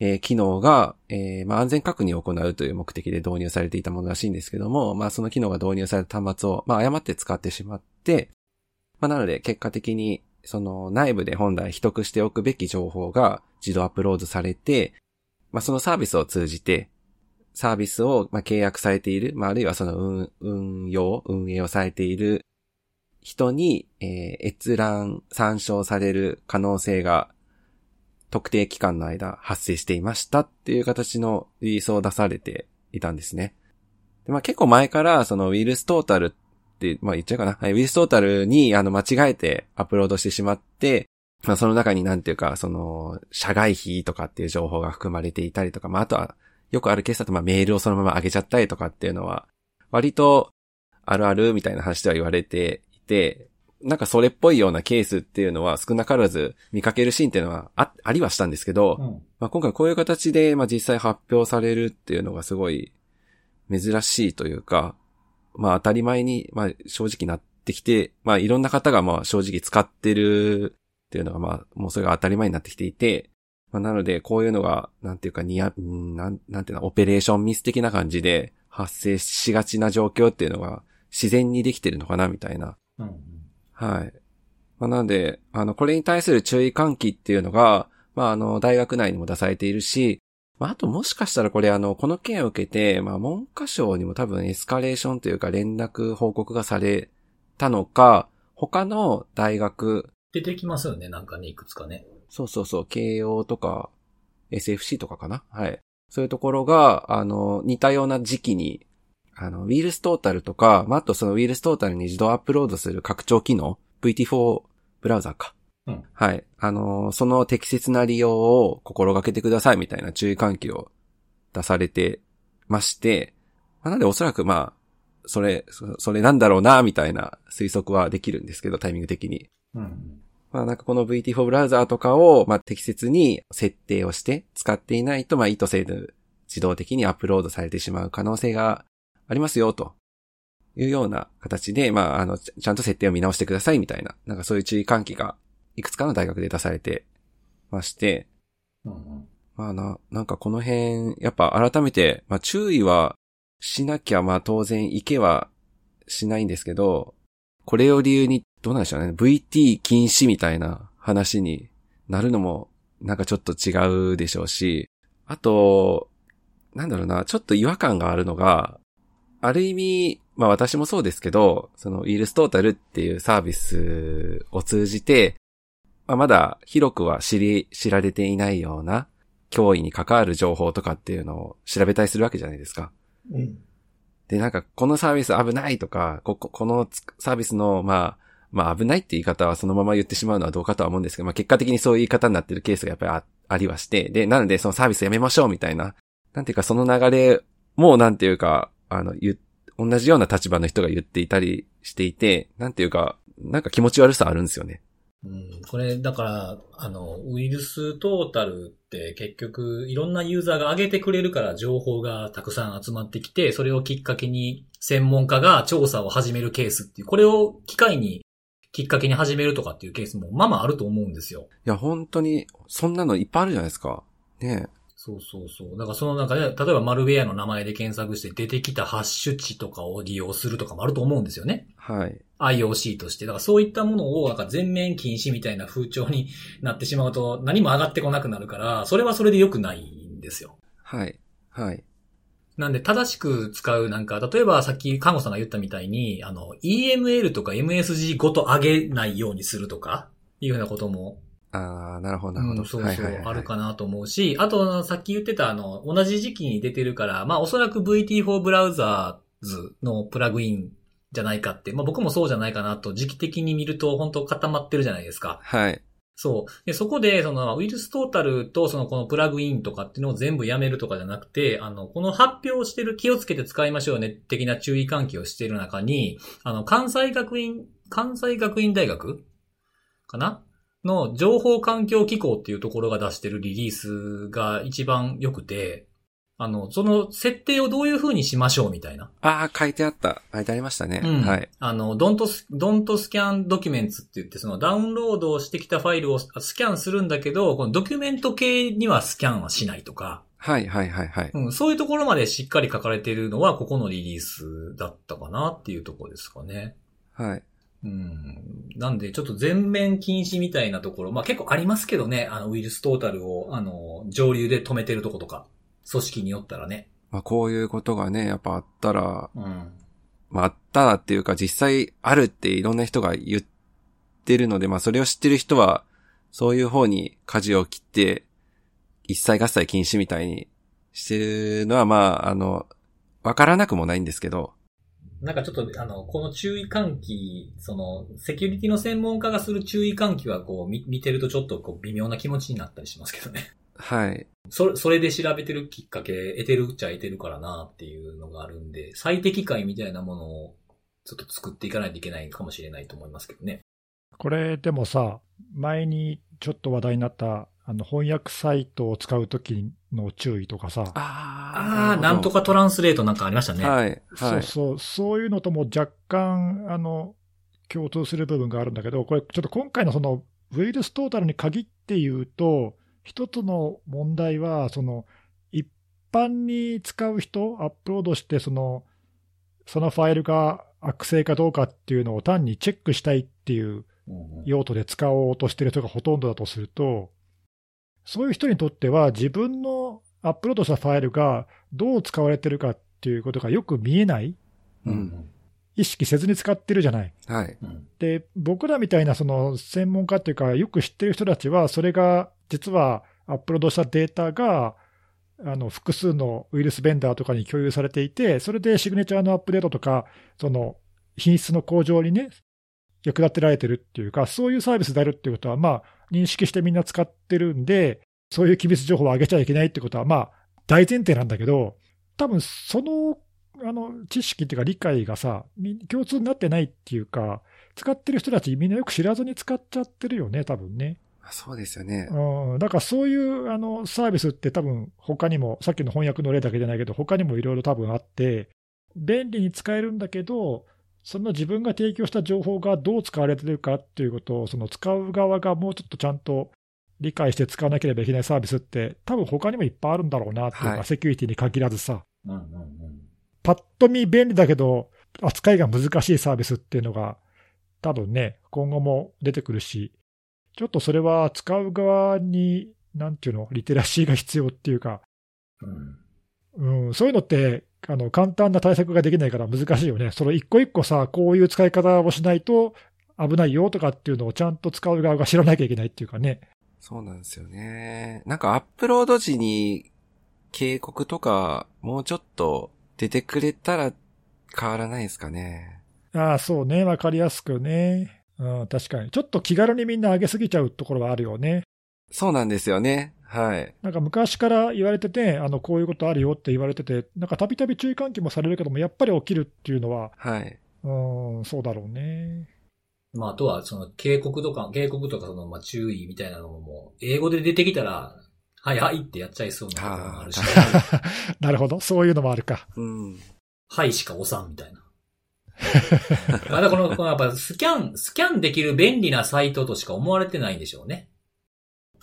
B: えー機能が、えーまあ安全確認を行うという目的で導入されていたものらしいんですけども、まあその機能が導入された端末を、まあ誤って使ってしまって、まあなので結果的に、その内部で本来取得しておくべき情報が自動アップロードされて、まあそのサービスを通じて、サービスをまあ契約されている、まあ、あるいはその運運用、運営をされている人に、えー閲覧、参照される可能性が特定期間の間発生していましたっていう形のリリースを出されていたんですね。でまあ、結構前からそのウイルストータルって、まあ、言っちゃうかな。はいウイルストータルにあの間違えてアップロードしてしまって、まあ、その中になんていうか、その、社外費とかっていう情報が含まれていたりとか、まあ、あとはよくあるケースだと、まあ、メールをそのまま上げちゃったりとかっていうのは、割とあるあるみたいな話では言われていて、なんかそれっぽいようなケースっていうのは少なからず見かけるシーンっていうのはあありはしたんですけど、
A: うん。
B: まあ、今回こういう形で、まあ、実際発表されるっていうのがすごい珍しいというか、まあ、当たり前に、まあ、正直なってきて、まあ、いろんな方が、まあ、正直使ってるっていうのが、まあ、もうそれが当たり前になってきていて、まあ、なので、こういうのが、なんていうか、にや、うんなん、なんていうの、オペレーションミス的な感じで発生しがちな状況っていうのが自然にできてるのかな、みたいな
A: うん。
B: はい。まあ、なんで、あの、これに対する注意喚起っていうのが、まあ、あの、大学内にも出されているし、まあ、あともしかしたらこれ、あの、この件を受けて、まあ、文科省にも多分エスカレーションというか連絡報告がされたのか、他の大学、
A: 出てきますよね、なんかね、いくつかね。
B: そうそうそう、慶応とか、SFC とかかなはい。そういうところが、あの、似たような時期に、あの、ウィルストータルとか、まあ、あとそのウィルストータルに自動アップロードする拡張機能、VT4 ブラウザーか。
A: うん
B: はい。あの、その適切な利用を心がけてくださいみたいな注意喚起を出されてまして、まあ、なのでおそらくまあ、それ、そそれなんだろうな、みたいな推測はできるんですけど、タイミング的に。
A: うん。
B: まあなんかこの VT4 ブラウザーとかを、まあ適切に設定をして使っていないと、まあ意図せず自動的にアップロードされてしまう可能性がありますよ、というような形で、まああの、ちちゃんと設定を見直してくださいみたいな、なんかそういう注意喚起がいくつかの大学で出されてまして、
A: うん。
B: まあな、なんかこの辺、やっぱ改めて、まあ注意はしなきゃ、まあ当然いけはしないんですけど、これを理由に、どうなんでしょうね、VT 禁止みたいな話になるのも、なんかちょっと違うでしょうし、あと、なんだろうな、ちょっと違和感があるのが、ある意味、まあ私もそうですけど、そのウィルストータルっていうサービスを通じて、まあまだ広くは知り、知られていないような脅威に関わる情報とかっていうのを調べたりするわけじゃないですか。
A: うん。
B: で、なんか、このサービス危ないとか、こ、ここのつサービスの、まあ、まあ危ないって言い方はそのまま言ってしまうのはどうかとは思うんですけど、まあ結果的にそういう言い方になってるケースがやっぱりあありはして、で、なのでそのサービスやめましょうみたいな、なんていうかその流れもなんていうか、あの、言う、同じような立場の人が言っていたりしていて、なんていうか、なんか気持ち悪さあるんですよね。
A: うん、これ、だから、あの、ウイルストータルって結局、いろんなユーザーが上げてくれるから情報がたくさん集まってきて、それをきっかけに専門家が調査を始めるケースっていう、これを機会に、きっかけに始めるとかっていうケースもまあまああると思うんですよ。
B: いや、本当に、そんなのいっぱいあるじゃないですか。ねえ
A: そうそうそう。だからその中で、例えばマルウェアの名前で検索して出てきたハッシュ値とかを利用するとかもあると思うんですよね。
B: はい。
A: IOC として。だからそういったものをなんか全面禁止みたいな風潮になってしまうと何も上がってこなくなるから、それはそれで良くないんですよ。
B: はい。はい。
A: なんで正しく使うなんか、例えばさっき看護さんが言ったみたいに、あの、EML とか MSG ごと上げないようにするとか、いうようなことも
B: ああ、なるほど、なるほ
A: う
B: ど。
A: ん、そう
B: はい
A: そ
B: はいは
A: う
B: い、
A: あるかなと思うし、あとあの、さっき言ってた、あの、同じ時期に出てるから、まあ、おそらく VT4 ブラウザーズのプラグインじゃないかって、まあ、僕もそうじゃないかなと、時期的に見ると、本当固まってるじゃないですか。
B: はい。
A: そう。で、そこで、その、ウイルストータルと、その、このプラグインとかっていうのを全部やめるとかじゃなくて、あの、この発表してる気をつけて使いましょうね、的な注意喚起をしている中に、あの、関西学院、関西学院大学かなの情報環境機構っていうところが出してるリリースが一番良くて、あの、その設定をどういう風にしましょうみたいな。
B: ああ、書いてあった。書いてありましたね。
A: うん
B: はい。
A: あの、don't, s- don't scan documents って言って、そのダウンロードしてきたファイルをあスキャンするんだけど、このドキュメント系にはスキャンはしないとか、
B: はい、はい、はい、はい。
A: うん、そういうところまでしっかり書かれているのは、ここのリリースだったかなっていうところですかね。
B: はい。
A: うん。なんで、ちょっと全面禁止みたいなところ、まあ結構ありますけどね、あの、ウイルストータルを、あの、上流で止めてるとことか、組織によったらね。
B: まあ、こういうことがね、やっぱあったら、
A: うん。
B: まあ、あったらっていうか、実際あるっていろんな人が言ってるので、まあ、それを知ってる人は、そういう方に舵を切って、一切合切禁止みたいにしてるのは、まあ、あの、わからなくもないんですけど、
A: なんかちょっと、あの、この注意喚起、その、セキュリティの専門家がする注意喚起は、こう、み見てるとちょっと、こう、微妙な気持ちになったりしますけどね。
B: はい。
A: それ、それで調べてるきっかけ、得てるっちゃ得てるからなっていうのがあるんで、最適解みたいなものを、ちょっと作っていかないといけないかもしれないと思いますけどね。
C: これでもさ、前にちょっと話題になった、あの翻訳サイトを使うときの注意とかさ、
B: あ
A: あー、なんとかトランスレートなんかありましたね。
B: はい、
C: そ
B: は
C: う
B: い。
C: そう、そういうのとも若干、あの、共通する部分があるんだけど、これ、ちょっと今回のその、ウイルストータルに限って言うと、一つの問題は、その、一般に使う人、アップロードして、その、そのファイルが悪性かどうかっていうのを単にチェックしたいっていう
A: うんうん
C: 用途で使おうとしてる人がほとんどだとすると、そういう人にとっては、自分のアップロードしたファイルがどう使われてるかっていうことがよく見えない、
B: う、
A: うんん
C: 意識せずに使ってるじゃない。
B: はい。
A: うん
C: で、僕らみたいなその専門家っていうか、よく知ってる人たちは、それが実はアップロードしたデータが、あの複数のウイルスベンダーとかに共有されていて、それでシグネチャーのアップデートとか、その品質の向上にね、役立てられてるっていうか、そういうサービスであるっていうことは、まあ、認識してみんな使ってるんで、そういう機密情報を上げちゃいけないってことは、まあ、大前提なんだけど、多分その、あの、知識っていうか理解がさ、み共通になってないっていうか、使ってる人たち、みんなよく知らずに使っちゃってるよね、多分ね。
B: そうですよね。
C: うん、だからそういうあのサービスって、多分他にも、さっきの翻訳の例だけじゃないけど、他にもいろいろ多分あって、便利に使えるんだけど、その自分が提供した情報がどう使われてるかっていうことを、その使う側がもうちょっとちゃんと理解して使わなければいけないサービスって、多分他にもいっぱいあるんだろうなっていうか、
B: はい
C: セキュリティに限らずさ、
A: うんうん
C: パッと見便利だけど、扱いが難しいサービスっていうのが、多分ね、今後も出てくるし、ちょっとそれは使う側に、なんていうの、リテラシーが必要っていうか、
A: うんうん
C: うん、そういうのって、あの簡単な対策ができないから難しいよね、その一個一個さ、こういう使い方をしないと危ないよとかっていうのをちゃんと使う側が知らなきゃいけないっていうかね、
B: そうなんですよね。なんかアップロード時に警告とかもうちょっと出てくれたら変わらないですかね。
C: ああ、そうね、わかりやすくね、うん、確かに、ちょっと気軽にみんな上げすぎちゃうところはあるよね。
B: そうなんですよね。はい。
C: なんか昔から言われてて、あのこういうことあるよって言われてて、なんかたびたび注意喚起もされるけども、やっぱり起きるっていうのは、
B: はい。
C: うーん、そうだろうね。
A: まあ、あとは、その、警告とか、警告とか、その、まあ、注意みたいなのももう、英語で出てきたら、はいはいってやっちゃいそうなところもあるし、
C: なるほど、そういうのもあるか。
B: うん。
A: はいしか押さんみたいな。まだこの、このやっぱスキャン、スキャンできる便利なサイトとしか思われてないんでしょうね。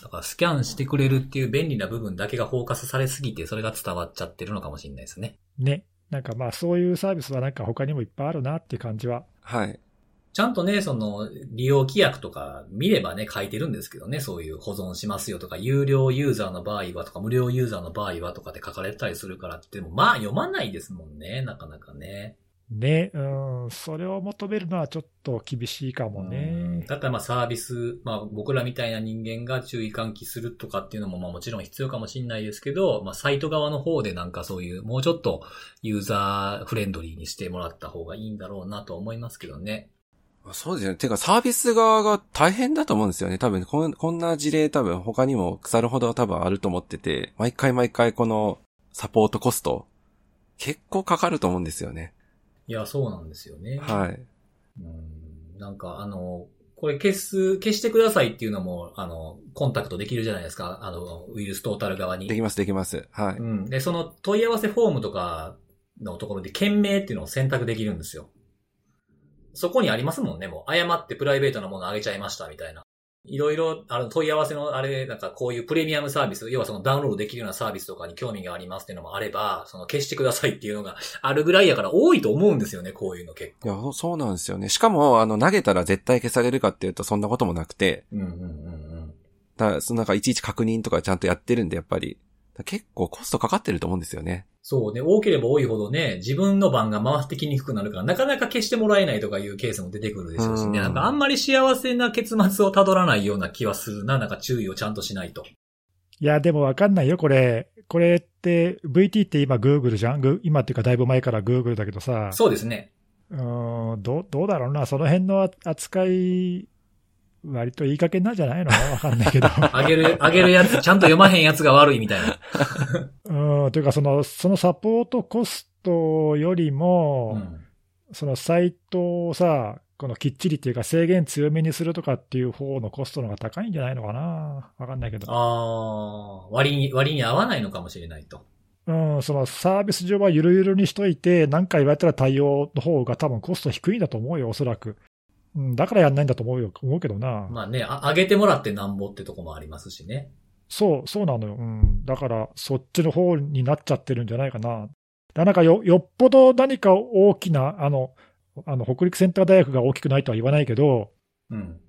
A: だからスキャンしてくれるっていう便利な部分だけがフォーカスされすぎて、それが伝わっちゃってるのかもしれないですね。
C: ね。なんかまあ、そういうサービスはなんか他にもいっぱいあるなっていう感じは。
B: はい。
A: ちゃんとね、その、利用規約とか見ればね、書いてるんですけどね、そういう保存しますよとか、有料ユーザーの場合はとか、無料ユーザーの場合はとかって書かれてたりするからって、でもまあ読まないですもんね、なかなかね。
C: ね、うん、それを求めるのはちょっと厳しいかも
A: うん
C: ね。
A: だからまあサービス、まあ僕らみたいな人間が注意喚起するとかっていうのもまあもちろん必要かもしれないですけど、まあサイト側の方でなんかそういうもうちょっとユーザーフレンドリーにしてもらった方がいいんだろうなと思いますけどね。
B: そうですよね。てかサービス側が大変だと思うんですよね。多分こん、こんな事例多分他にも腐るほど多分あると思ってて、毎回毎回このサポートコスト、結構かかると思うんですよね。
A: いや、そうなんですよね。
B: はい。
A: うんなんかあの、これ消す、消してくださいっていうのも、あの、コンタクトできるじゃないですか。あの、ウイルストータル側に。
B: できます、できます。は
A: う
B: い。
A: ん。で、その問い合わせフォームとかのところで、件名っていうのを選択できるんですよ。そこにありますもんね、もう。誤ってプライベートなものあげちゃいました、みたいな。いろいろ、あの、問い合わせの、あれ、なんかこういうプレミアムサービス、要はそのダウンロードできるようなサービスとかに興味がありますっていうのもあれば、その消してくださいっていうのがあるぐらいやから多いと思うんですよね、こういうの結
B: い
A: 構。
B: や、そうそうなんですよね。しかも、あの、投げたら絶対消されるかっていうとそんなこともなくて、
A: うんうんうんうん。
B: だそのなんかいちいち確認とかちゃんとやってるんで、やっぱり。だ結構コストかかってると思うんですよね。
A: そうね、多ければ多いほどね、自分の番が回ってきにくくなるから、なかなか消してもらえないとかいうケースも出てくるでしょうしね、
B: うん
A: なんかあんまり幸せな結末をたどらないような気はするな、なんか注意をちゃんとしないと。
C: いや、でもわかんないよ、これ。これって、VT って今 Google じゃんぐ今っていうかだいぶ前から Google だけどさ。
A: そうですね。
C: うーんどうどうだろうな、その辺の扱い、割といい加減なんじゃないの わかんな いけど。
A: あげる、あげるやつ、ちゃんと読まへんやつが悪いみたいな。
C: うんというかその、そのサポートコストより
A: う
C: も、
A: ん。
C: そのサイトをさ、このきっちりっていうか、制限強めにするとかっていう方のコストの方が高いんじゃないのかな、わかんないけど、
A: あー、割に、割に合わないのかもしれないと。
C: うん、そのサービス上はゆるゆるにしといて、何か言われたら対応の方が多分コスト低いんだと思うよ、おそらく。うん、だからやんないんだと思うよ思うけどな。
A: まあね、あ、あげてもらってなんぼってとこもありますしね。
C: そう、そうなのよ。うん。だから、そっちの方になっちゃってるんじゃないかな。だなんかよ、よっぽど何か大きな、あの、あの、北陸センター大学が大きくないとは言わないけど、
A: うん。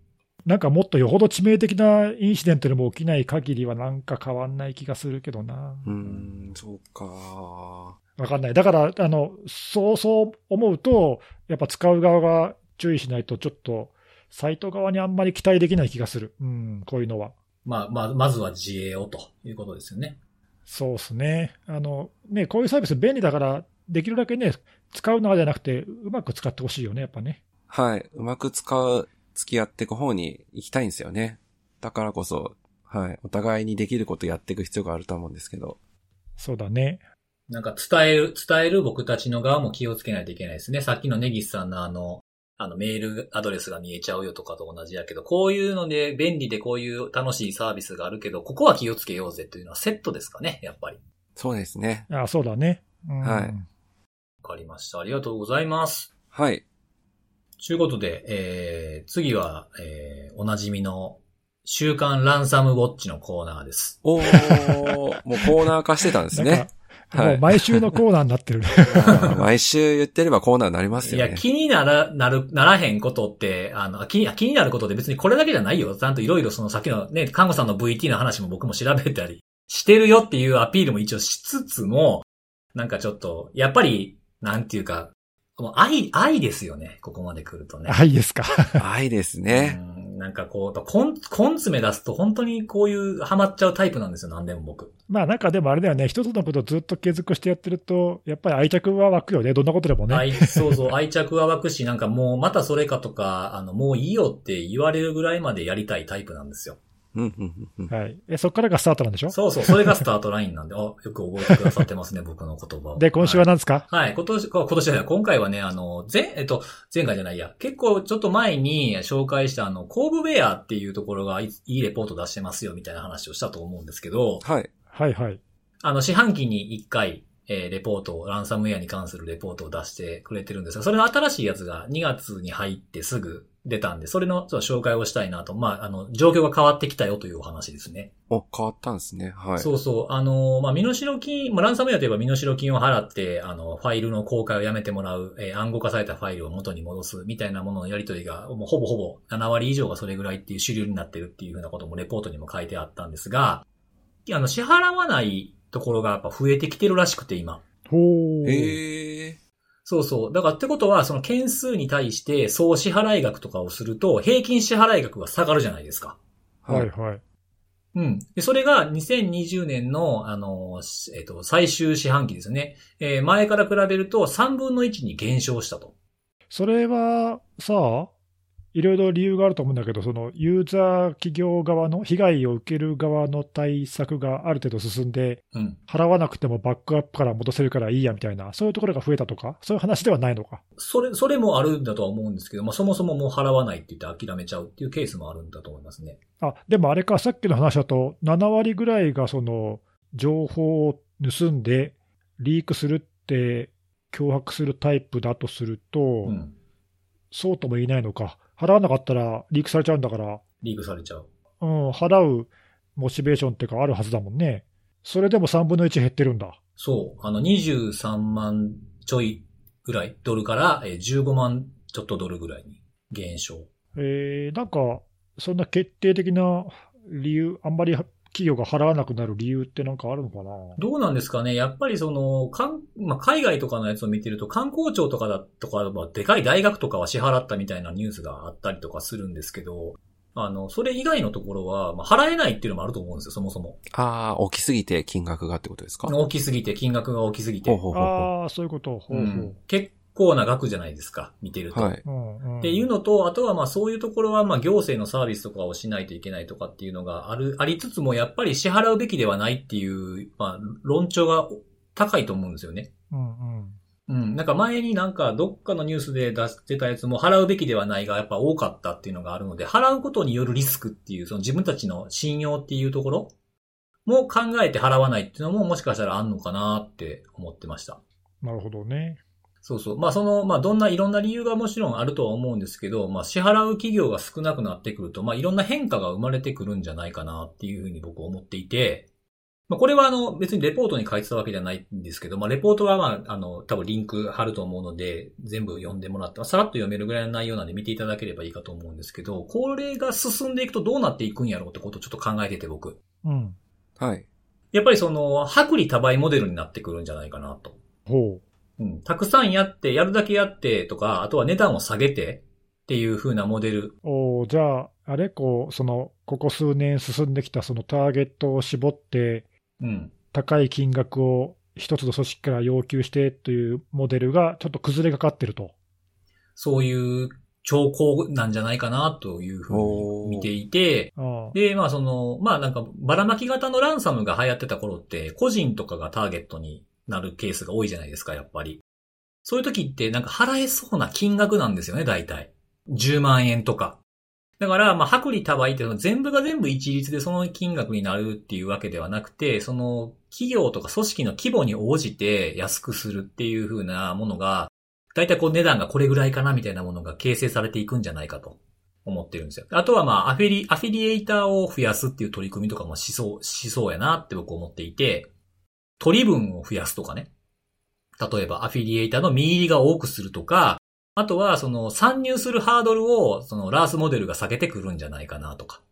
C: なんかもっとよほど致命的なインシデントでも起きない限りはなんか変わんない気がするけどな。
B: うーん、そうか。
C: わかんない。だから、あの、そうそう思うと、やっぱ使う側が注意しないとちょっと、サイト側にあんまり期待できない気がする。うん、こういうのは。
A: まあ、まあ、まずは自衛をということですよね。
C: そうですねあのね、こういうサービス、便利だから、できるだけね、使うのじゃなくて、うまく使ってほしいよね、やっぱね。
B: はい。うまく使う、付き合っていく方に行きたいんですよね。だからこそ、はい。お互いにできることやっていく必要があると思うんですけど。
C: そうだね。
A: なんか伝える、伝える僕たちの側も気をつけないといけないですね。さっきのネギスさんのあの、あのメールアドレスが見えちゃうよとかと同じやけど、こういうので便利でこういう楽しいサービスがあるけど、ここは気をつけようぜというのはセットですかね、やっぱり。
B: そうですね。
C: あそうだね。うん
B: はい
A: わかりました。ありがとうございます。
B: はい。
A: ということで、えー、次は、えー、おなじみの週刊ランサムウォッチのコーナーです。
B: おー、もう コーナー化してたんです
C: なん
B: ね
C: か。
B: は
C: もう
B: い。
C: 毎週のコーナーになってる。
B: あー毎週言ってればコーナーになります
A: い
B: よ
A: や、
B: ね。
A: 気になら、なる、ならへんことって、あの、あ気に、あ気になることって別にこれだけじゃないよ。ちゃんといろいろそのさっきのね、看護さんの VT の話も僕も調べたりしてるよっていうアピールも一応しつつも、なんかちょっと、やっぱり、なんていうか、もう愛、愛ですよね。ここまで来るとね。
C: はい、いいですか。
B: 愛ですね。
A: うんなんかこう、コン、コン詰め出すと本当にこういうハマっちゃうタイプなんですよ、何でも僕。
C: まあなんかでもあれだよね、一つのことをずっと継続してやってると、やっぱり愛着は湧くよね、どんなことでもね。
A: 愛、そうそう、愛着は湧くし、なんかもうまたそれかとか、あの、もういいよって言われるぐらいまでやりたいタイプなんですよ。
B: うん、うん、うん。
C: はい、えそこからがスタートなんでしょ
A: そうそう、それがスタートラインなんで、あ、よく覚えてくださって ますね、僕の言葉を。
C: で、今週は何ですか、
A: はい、今年、こ今年じゃない、今回はね、あの、前、えっと、前回じゃないや、結構ちょっと前に紹介したあの、コーブウェアっていうところがいいいレポート出してますよ、みたいな話をしたと思うんですけど、
B: はい。
C: はい、はいはい。
A: あの、四半期に1回、えーレポートを、ランサムウェアに関するレポートを出してくれてるんですが、それの新しいやつが2月に入ってすぐ出たんで、それのちょっと紹介をしたいなと、まあ、あの、状況が変わってきたよというお話ですね。
B: お、変わったんですね。はい。
A: そうそう。あの、まあ、身代金、まあ、ランサムウェアといえば身代金を払って、あの、ファイルの公開をやめてもらう、えー暗号化されたファイルを元に戻すみたいなもののやりとりが、もうほぼほぼ7割以上がそれぐらいっていう主流になってるっていうふうなこともレポートにも書いてあったんですが、あの、支払わないところがやっぱ増えてきてるらしくて、今。
C: ほー。
B: へえ。
A: そうそう。だからってことは、その件数に対して総支払い額とかをすると、平均支払い額が下がるじゃないですか。
C: はい、はい。
A: うん。で、それが2020年の、あの、しえっと、最終四半期ですね。えー前から比べると3分の1に減少したと。
C: それは、さあ、いろいろ理由があると思うんだけど、そのユーザー企業側の、被害を受ける側の対策がある程度進んで、
A: うん。
C: 払わなくてもバックアップから戻せるからいいやみたいな、そういうところが増えたとか、そういう話ではないのか。
A: それ、それもあるんだとは思うんですけど、まあそもそももう払わないって言って諦めちゃうっていうケースもあるんだと思いますね。
C: あでもあれか、さっきの話だと、7割ぐらいがその情報を盗んで、リークするって、脅迫するタイプだとすると、
A: うん。
C: そうとも言えないのか、払わなかったらリークされちゃうんだから、
A: リークされちゃう。
C: うん、払うモチベーションっていうか、あるはずだもんね。それでも3分の1減ってるんだ。
A: そう。あの、23万ちょいぐらいドルから、えー15万ちょっとドルぐらいに減少。
C: えー、なんか、そんな決定的な理由、あんまり企業が払わなくなる理由ってなんかあるのかな
A: どうなんですかねやっぱりその、かんまあ、海外とかのやつを見てると、観光庁とかだとか、まあ、でかい大学とかは支払ったみたいなニュースがあったりとかするんですけど、あの、それ以外のところは、まあ、払えないっていうのもあると思うんですよ、そもそも。
B: ああ、大きすぎて金額がってことですか
A: 大きすぎて、金額が大きすぎ
B: ほう
A: て。
B: ほうほうほ
C: ああー、そういうこと。ほ
A: う、
C: うほうん
A: 結構な額じゃないですか、見てる
B: う。
A: と。
B: はい。
C: うんうん
A: っていうのと、あとはまあそういうところはまあ行政のサービスとかをしないといけないとかっていうのがある、ありつつもやっぱり支払うべきではないっていう、まあ論調が高いと思うんですよね。
C: うんうん
A: うん。なんか前になんかどっかのニュースで出してたやつも払うべきではないがやっぱ多かったっていうのがあるので、払うことによるリスクっていう、その自分たちの信用っていうところも考えて払わないっていうのももしかしたらあんのかなって思ってました。
C: なるほどね。
A: そうそう。まあその、まあどんないろんな理由がもちろんあるとは思うんですけど、まあ支払う企業が少なくなってくると、まあいろんな変化が生まれてくるんじゃないかなっていうふうに僕は思っていて、まあこれはあの別にレポートに書いてたわけじゃないんですけど、まあレポートはまああの多分リンク貼ると思うので、全部読んでもらって、まあさらっと読めるぐらいの内容なんで見ていただければいいかと思うんですけど、これが進んでいくとどうなっていくんやろうってことをちょっと考えてて僕。
C: うん。
B: はい。
A: やっぱりその、薄利多売モデルになってくるんじゃないかなと。
C: ほ
A: うん、たくさんやって、やるだけやってとか、あとは値段を下げてっていう風なモデル。
C: う。おーじゃあ、あれこう、その、ここ数年進んできたそのターゲットを絞って、
A: うん。
C: 高い金額を一つの組織から要求してというモデルがちょっと崩れかかってると。
A: そういう兆候なんじゃないかなという風に見ていて、
C: あ
A: で、まあその、まあなんか、ばらまき型のランサムが流行ってた頃って、個人とかがターゲットになるケースが多いじゃないですか、やっぱり。そういう時ってなんか払えそうな金額なんですよね、大体。10万円とか。だから、まあ、薄利多売っていうのは全部が全部一律でその金額になるっていうわけではなくて、その企業とか組織の規模に応じて安くするっていう風なものが、大体こう値段がこれぐらいかなみたいなものが形成されていくんじゃないかと思ってるんですよ。あとはまあ、アフィリ、アフィリエイターを増やすっていう取り組みとかもしそう、しそうやなって僕思っていて、取り分を増やすとかね。例えば、アフィリエイターの見入りが多くするとか、あとは、その、参入するハードルを、その、ラースモデルが下げてくるんじゃないかなとか。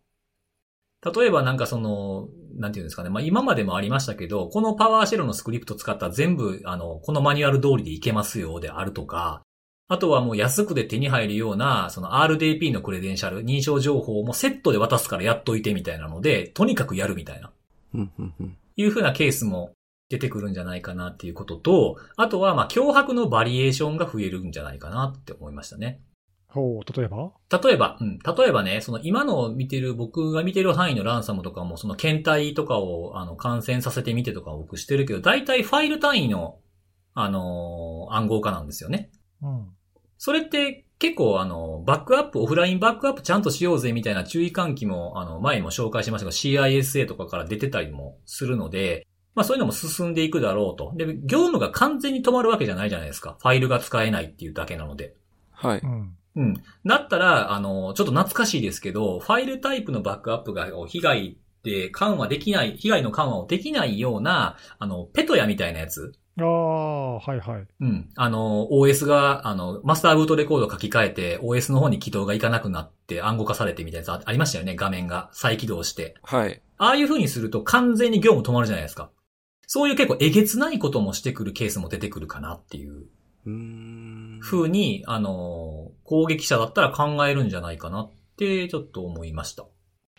A: 例えば、なんかその、なんていうんですかね。まあ、今までもありましたけど、このパワーシェルのスクリプト使ったら全部、あの、このマニュアル通りでいけますよ、であるとか、あとはもう安くで手に入るような、その RDP のクレデンシャル、認証情報もセットで渡すからやっといてみたいなので、とにかくやるみたいな。
B: うん、うん、うん。
A: いうふうなケースも出てくるんじゃないかなっていうことと、あとは、まあ、脅迫のバリエーションが増えるんじゃないかなって思いましたね。
C: あ。ほう、例えば
A: 例えば、うん、例えばね、その今の見てる、僕が見てる範囲のランサムとかも、その検体とかを、あの、感染させてみてとか僕してるけど、大体ファイル単位の、あのー暗号化なんですよね。
C: うん。。
A: それって結構あの、バックアップ、オフラインバックアップちゃんとしようぜみたいな注意喚起も、あの、前も紹介しましたが CISA とかから出てたりもするので、まあそういうのも進んでいくだろうと。で、業務が完全に止まるわけじゃないじゃないですか。ファイルが使えないっていうだけなので。
B: はいう
C: ん。
A: うん。だったら、あの、ちょっと懐かしいですけど、ファイルタイプのバックアップが被害で緩和できない、被害の緩和をできないような、あの、ペトヤみたいなやつ。
C: ああ、はいはい。
A: うん。あの、OS が、あの、マスターブートレコードを書き換えて、OS の方に起動がいかなくなって暗号化されてみたいなやつあありましたよね、画面が。再起動して。
B: はい。
A: ああいう風にすると完全に業務止まるじゃないですか。そういう結構えげつないこともしてくるケースも出てくるかなっていう
B: うーん。
A: 風に、あの、攻撃者だったら考えるんじゃないかなって、ちょっと思いました。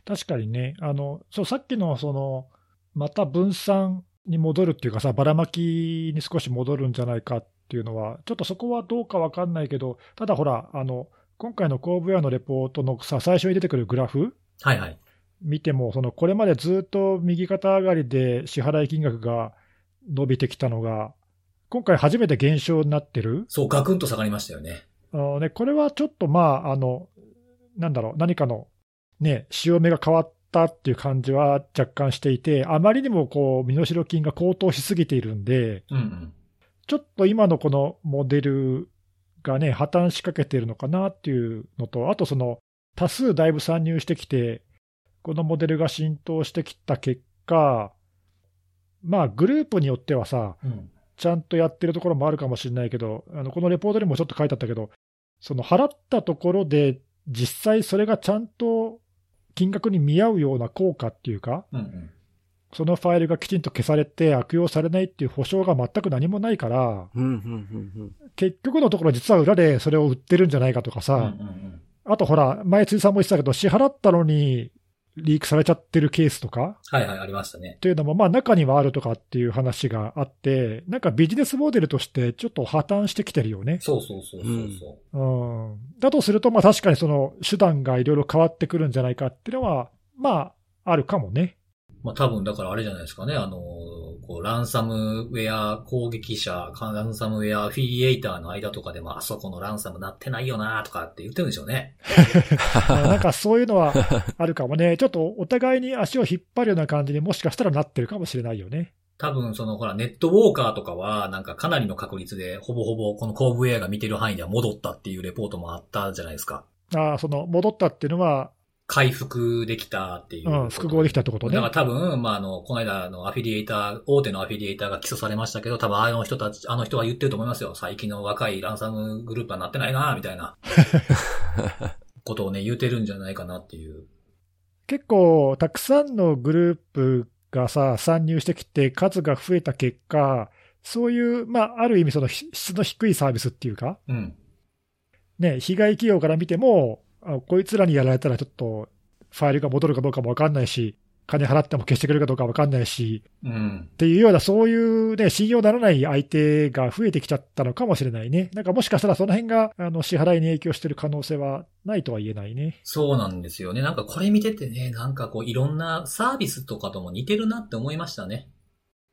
C: 確かにね、あのそうさっきのそのまた分散に戻るっていうかさ、ばらまきに少し戻るんじゃないかっていうのは、ちょっとそこはどうかわかんないけど、ただほら、あの今回のコーブウェアのレポートのさ、最初に出てくるグラフ
A: はいはい。
C: 見ても、そのこれまでずっと右肩上がりで支払い金額が伸びてきたのが、今回初めて減少になってる、
A: そう、ガクンと下がりましたよね。
C: あのね、これはちょっとまあ、あのなんだろう、何かの、ね、潮目が変わったっていう感じは若干していて、あまりにもこう身代金が高騰しすぎているんで、
A: うんうん。
C: ちょっと今のこのモデルがね、破綻しかけてるのかなっていうのと、あとその、多数だいぶ参入してきて、このモデルが浸透してきた結果、まあ、グループによってはさ、
A: うん、
C: ちゃんとやってるところもあるかもしれないけど、あのこのレポートにもちょっと書いてあったけど、その払ったところで、実際それがちゃんと金額に見合うような効果っていうか、
A: うん、うん。
C: そのファイルがきちんと消されて悪用されないっていう保証が全く何もないから、
B: うん、うん、うん、うん。
C: 結局のところ、実は裏でそれを売ってるんじゃないかとかさ、
A: うんうんうん
C: あとほら、前、辻さんも言ってたけど、支払ったのにリークされちゃってるケースとか
A: はいはい、ありましたね。
C: というのも、まあ、中にはあるとかっていう話があって、なんかビジネスモデルとしてちょっと破綻してきてるよね。
A: そうそうそうそうそう。
C: うん、だとすると、まあ、確かにその手段がいろいろ変わってくるんじゃないかっていうのは、まあ、あるかもね。
A: まあ多分だからあれじゃないですかね、あの、こう、ランサムウェア攻撃者、ランサムウェアアフィリエイターの間とかでも、あそこのランサムなってないよなとかって言ってるんでしょうね。
C: うんなんかそういうのはあるかもね。ちょっとお互いに足を引っ張るような感じにもしかしたらなってるかもしれないよね。
A: 多分そのほら、ネットウォーカーとかは、なんかかなりの確率で、ほぼほぼこのコーブウェアが見てる範囲では戻ったっていうレポートもあったじゃないですか。
C: ああ、その戻ったっていうのは、
A: 回復できたっていう。
C: うん、複合できたってことね。
A: だから多分、まあ、あの、この間、あの、アフィリエイター、大手のアフィリエイターが起訴されましたけど、多分、あの人たち、あの人は言ってると思いますよ。最近の若いランサムグループはなってないなみたい な、ことをね、言うてるんじゃないかなっていう。
C: 結構、たくさんのグループがさ、参入してきて、数が増えた結果、そういう、まあ、ある意味、そのひ質の低いサービスっていうか、
A: うん。
C: ね、被害企業から見ても、あこいつらにやられたらちょっと、ファイルが戻るかどうかもわかんないし、金払っても消してくれるかどうかわかんないし、
A: うん
C: っ。ていうような、そういうね、信用ならない相手が増えてきちゃったのかもしれないね。なんかもしかしたらその辺が、あの、支払いに影響してる可能性はないとは言えないね。
A: そうなんですよね。なんかこれ見ててね、なんかこう、いろんなサービスとかとも似てるなって思いましたね。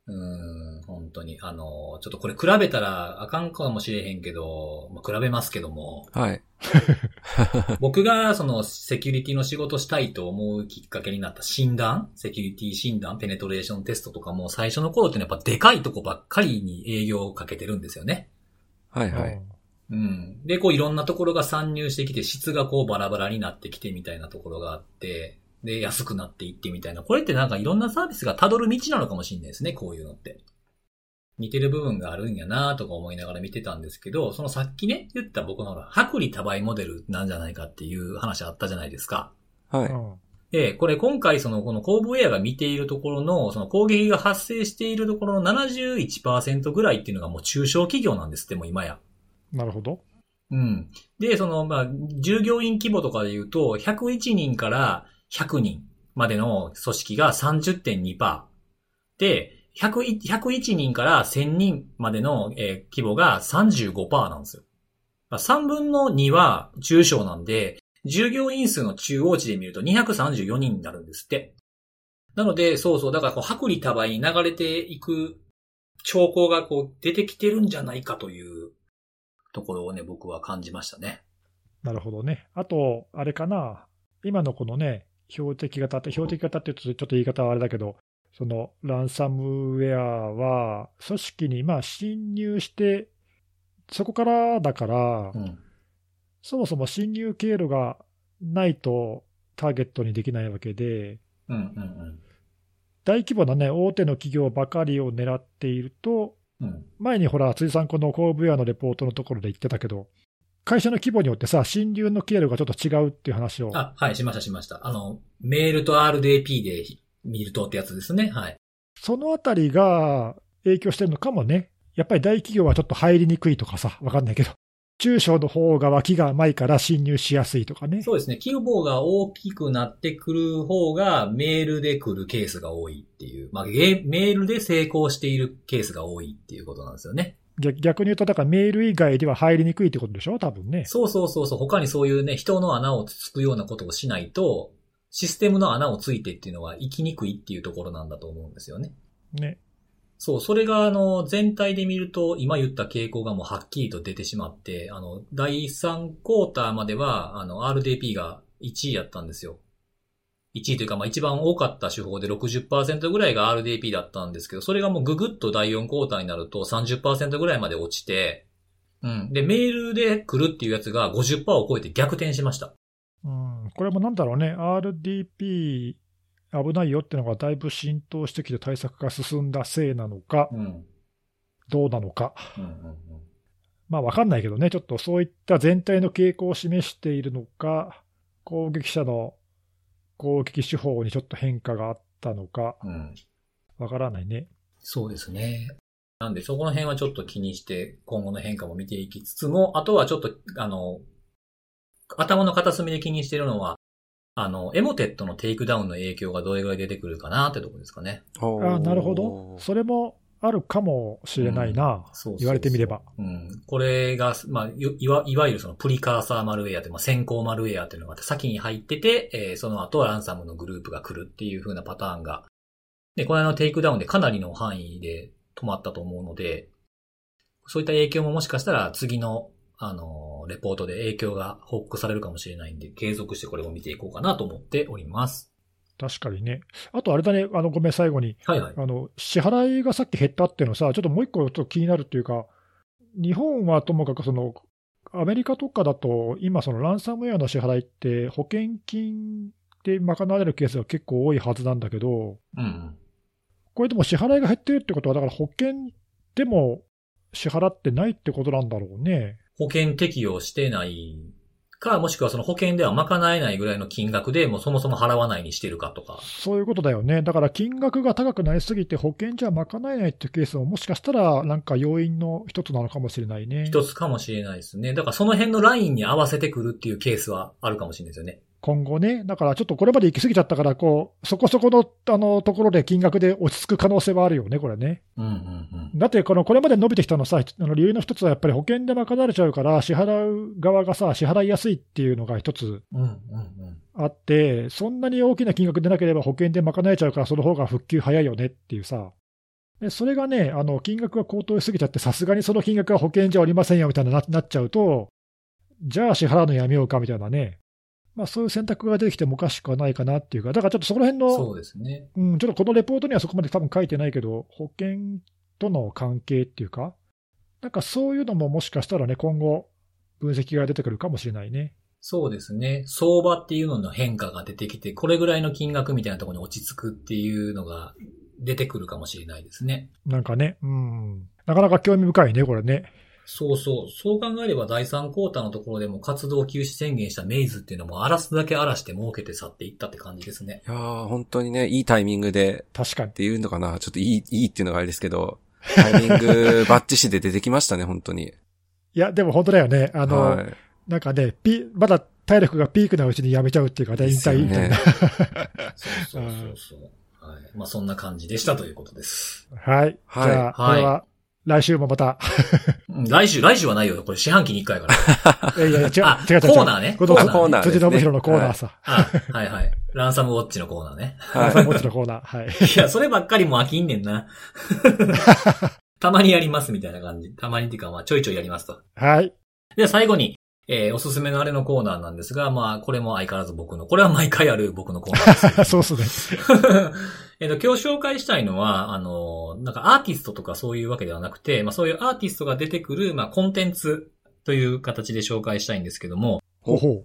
A: うーん、本当に。あの、ちょっとこれ比べたらあかんかもしれへんけど、まあ、比べますけども。
B: はい。
A: 僕がそのセキュリティの仕事したいと思うきっかけになった診断、セキュリティ診断、ペネトレーションテストとかも最初の頃ってのはやっぱでかいとこばっかりに営業をかけてるんですよね。
B: はい、はい。
A: うん。で、こういろんなところが参入してきて質がこうバラバラになってきてみたいなところがあって、で、安くなっていってみたいな。これってなんかいろんなサービスが辿る道なのかもしれないですね、こういうのって。似てる部分があるんやなとか思いながら見てたんですけど、そのさっきね、言った僕のほら薄利多売モデルなんじゃないかっていう話あったじゃないですか。
B: は
C: う
B: い。
C: ん。
A: で、これ今回その、このコーブウェアが見ているところの、その攻撃が発生しているところの71%ぐらいっていうのがもう中小企業なんですって、もう今や。
C: なるほど。
A: うん。で、その、まあ、従業員規模とかで言うと、101人から100人までの組織が30.2%。で、101, 101人から1000人までの、えー規模が35%なんですよ。まあ3分の2は中小なんで、従業員数の中央値で見ると234人になるんですって。なので、そうそう、だからこう、薄利多売に流れていく兆候がこう、出てきてるんじゃないかというところをね、僕は感じましたね。
C: なるほどね。あと、あれかな、今のこのね、標的型って、標的型って言うとちょっと言い方はあれだけど、そのランサムウェアは、組織にまあ侵入して、そこからだから、
A: うん。
C: そもそも侵入経路がないとターゲットにできないわけで、
A: うんうん
C: 大規模なね、大手の企業ばかりを狙っていると、
A: うん。うん。
C: 前にほら、辻さん、このコーブウェアのレポートのところで言ってたけど、会社の規模によってさ、侵入の経路がちょっと違うっていう話を
A: あ、はい、しましたしました。あの、メールと RDP で見るとってやつですね。はい。
C: そのあたりが影響してるのかもね。やっぱり大企業はちょっと入りにくいとかさ、わかんないけど。中小の方が脇が甘いから侵入しやすいとかね。
A: そうですね。規模が大きくなってくる方がメールで来るケースが多いっていう。まあ、ゲメールで成功しているケースが多いっていうことなんですよね。
C: 逆逆に言うと、だからメール以外では入りにくいってことでしょ多分ね。
A: そうそうそうそう。他にそういうね、人の穴をつつくようなことをしないと、システムの穴をついてっていうのは生きにくいっていうところなんだと思うんですよね。
C: ね。
A: そう、それが、あの、全体で見ると、今言った傾向がもうはっきりと出てしまって、あの、第3クォーターまでは、あの、RDP が1位やったんですよ。1位というか、まあ一番多かった手法で60%ぐらいが RDP だったんですけど、それがもうぐぐっと第4クォーターになると30%ぐらいまで落ちて、うん。で、メールで来るっていうやつが50%を超えて逆転しました。
C: うん。これもなんだろうね。RDP 危ないよってのがだいぶ浸透してきて対策が進んだせいなのか、
A: うん。うん
C: どうなのか。
A: うんうん。
C: まあわかんないけどね。ちょっとそういった全体の傾向を示しているのか、攻撃者の攻撃手法にちょっと変化があったのか、
A: うん。
C: わからないね。
A: そうですね。なんで、そこの辺はちょっと気にして、今後の変化も見ていきつつも、あとはちょっと、あの、頭の片隅で気にしてるのは、あの、エモテットのテイクダウンの影響がどれぐらい出てくるかなってとこですかね。
B: ほー
C: あなるほど。それもあるかもしれないな。
A: そうそうそう
C: 言われてみれば。。
A: うん。これが、まあ、よいわ、いわゆるそのプリカーサーマルウェアって、まあ、先行マルウェアっていうのがあって、先に入ってて、えーその後ランサムのグループが来るっていう風なパターンが、で、この間のテイクダウンでかなりの範囲で止まったと思うので、そういった影響ももしかしたら次の、あのーレポートで影響が報告されるかもしれないんで、継続してこれを見ていこうかなと思っております。
C: 確かにね。あとあれだね、あの、ごめん、最後に。
A: はいはい。
C: あの、支払いがさっき減ったっていうのさ、ちょっともう一個ちょっと気になるっていうか、日本はともかくその、アメリカとかだと、今そのランサムウェアの支払いって保険金で賄われるケースが結構多いはずなんだけど、
A: うんうん。
C: これでも支払いが減ってるってことは、だから保険でも支払ってないってことなんだろうね。
A: 保険適用してないか、もしくはその保険では賄えないぐらいの金額でもうそもそも払わないにしてるかとか。
C: そういうことだよね。だから金額が高くなりすぎて保険じゃ賄えないっていうケースももしかしたらなんか要因の一つなのかもしれないね。
A: 一つかもしれないですね。だからその辺のラインに合わせてくるっていうケースはあるかもしれないですよね。
C: 今後ね、だからちょっとこれまで行き過ぎちゃったから、こう、そこそこの、あの、ところで金額で落ち着く可能性はあるよね、これね。
A: うんうんうん。
C: だって、この、これまで伸びてきたのさ、あの理由の一つはやっぱり保険で賄われちゃうから、支払う側がさ、支払いやすいっていうのが一つ
A: うんうんうん。
C: あって、そんなに大きな金額でなければ保険で賄えちゃうから、その方が復旧早いよねっていうさ。でそれがね、あの、金額が高騰しすぎちゃって、さすがにその金額は保険じゃおりませんよみたいなななっちゃうと、じゃあ支払うのやめようかみたいなね。まあそういう選択が出てきてもおかしくはないかなっていうか、だからちょっとそこら辺
A: そ
C: の、
A: うですね。
C: うん、ちょっとこのレポートにはそこまで多分書いてないけど、保険との関係っていうか、なんかそういうのももしかしたらね、今後、分析が出てくるかもしれないね。
A: そうですね。相場っていうのの変化が出てきて、これぐらいの金額みたいなところに落ち着くっていうのが出てくるかもしれないですね。
C: なんかね、うん。なかなか興味深いね、これね。
A: そうそう。そう考えれば第3クォーターのところでも活動休止宣言したメイズっていうのも荒らすだけ荒らして儲けて去っていったって感じです ね。
B: いやー本当にね、いいタイミングで、
C: 確かに
B: っ。ていうのかなちょっといい、いいっていうのがあれですけど、タイミングバッチシで出てきましたね、本当に。
C: いや、でも本当だよね。あの、
B: はい。
C: なんかね、ピまだ体力がピークなうちにやめちゃうっていうか、ね、引退、引退
B: で
C: な。
B: す
A: そうそうそうそう。はい。まあそんな感じでしたということです。
C: はい。
B: はい
C: じゃあ、これは、来週もま た、
A: うん来週、来週はないよ。これ四半期に一回やから。
C: いやいや、違う、違う、違う。
A: あ
C: 違う
A: コーナーね
C: この
A: コーナーね
C: コーナー辻信弘のコーナーさ。
A: あ、はいはい。ランサムウォッチのコーナーね。
B: はい
C: 朝持ちのコーナー。はい。
A: いや、そればっかりもう飽きんねんな。 たまにやりますみたいな感じ。たまにっていうか、まあちょいちょいやりますと。
C: はい。
A: で、最後に、えーおすすめのあれのコーナーなんですが、まあこれも相変わらず僕の、これは毎回ある僕のコーナーですけど
C: そうっすね。
A: えっと、今日紹介したいのは、あの、なんかアーティストとかそういうわけではなくて、まあそういうアーティストが出てくる、まあコンテンツという形で紹介したいんですけども、
C: ほうほう。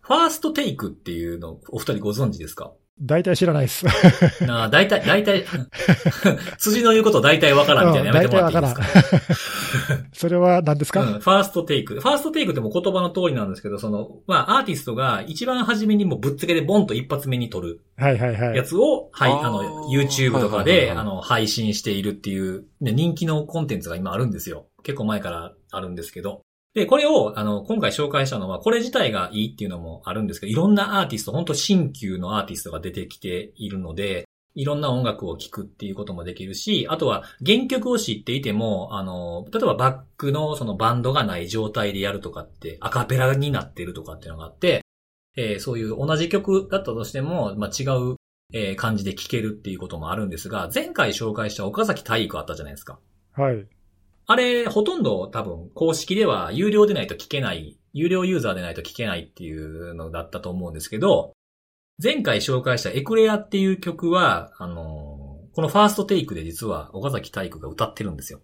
A: ファーストテイクっていうのお二人ご存知です か
C: 大体知らないっす。
A: あー大体、大体、 辻の言うこと大体わからんみたいなのやめてもらっていいですか
C: うん大体わからん。それは何ですか、
A: うん、ファーストテイク。ファーストテイクってもう言葉の通りなんですけど、その、まあ、アーティストが一番初めにもうぶっつけでボンと一発目に撮る
C: はいはいは
A: や
C: い。
A: つを、はい、
B: あー
A: あの、YouTube とか
B: はいはい
A: で、
B: はいはい
A: あの、配信しているっていう、ね人気のコンテンツが今あるんですよ。結構前からあるんですけど。で、これを、あの、今回紹介したのは、これ自体がいいっていうのもあるんですけど、いろんなアーティスト、本当新旧のアーティストが出てきているので、いろんな音楽を聴くっていうこともできるし、あとは原曲を知っていても、あの、例えばバックのそのバンドがない状態でやるとかって、アカペラになってるとかっていうのがあって、えーそういう同じ曲だったとしても、まあ、違う、えー感じで聴けるっていうこともあるんですが、前回紹介した岡崎体育あったじゃないですか。
C: はい。
A: あれ、ほとんど多分公式では有料でないと聞けない、有料ユーザーでないと聞けないっていうのだったと思うんですけど、前回紹介したエクレアっていう曲は、あのーこのファーストテイクで実は岡崎体育が歌ってるんですよ。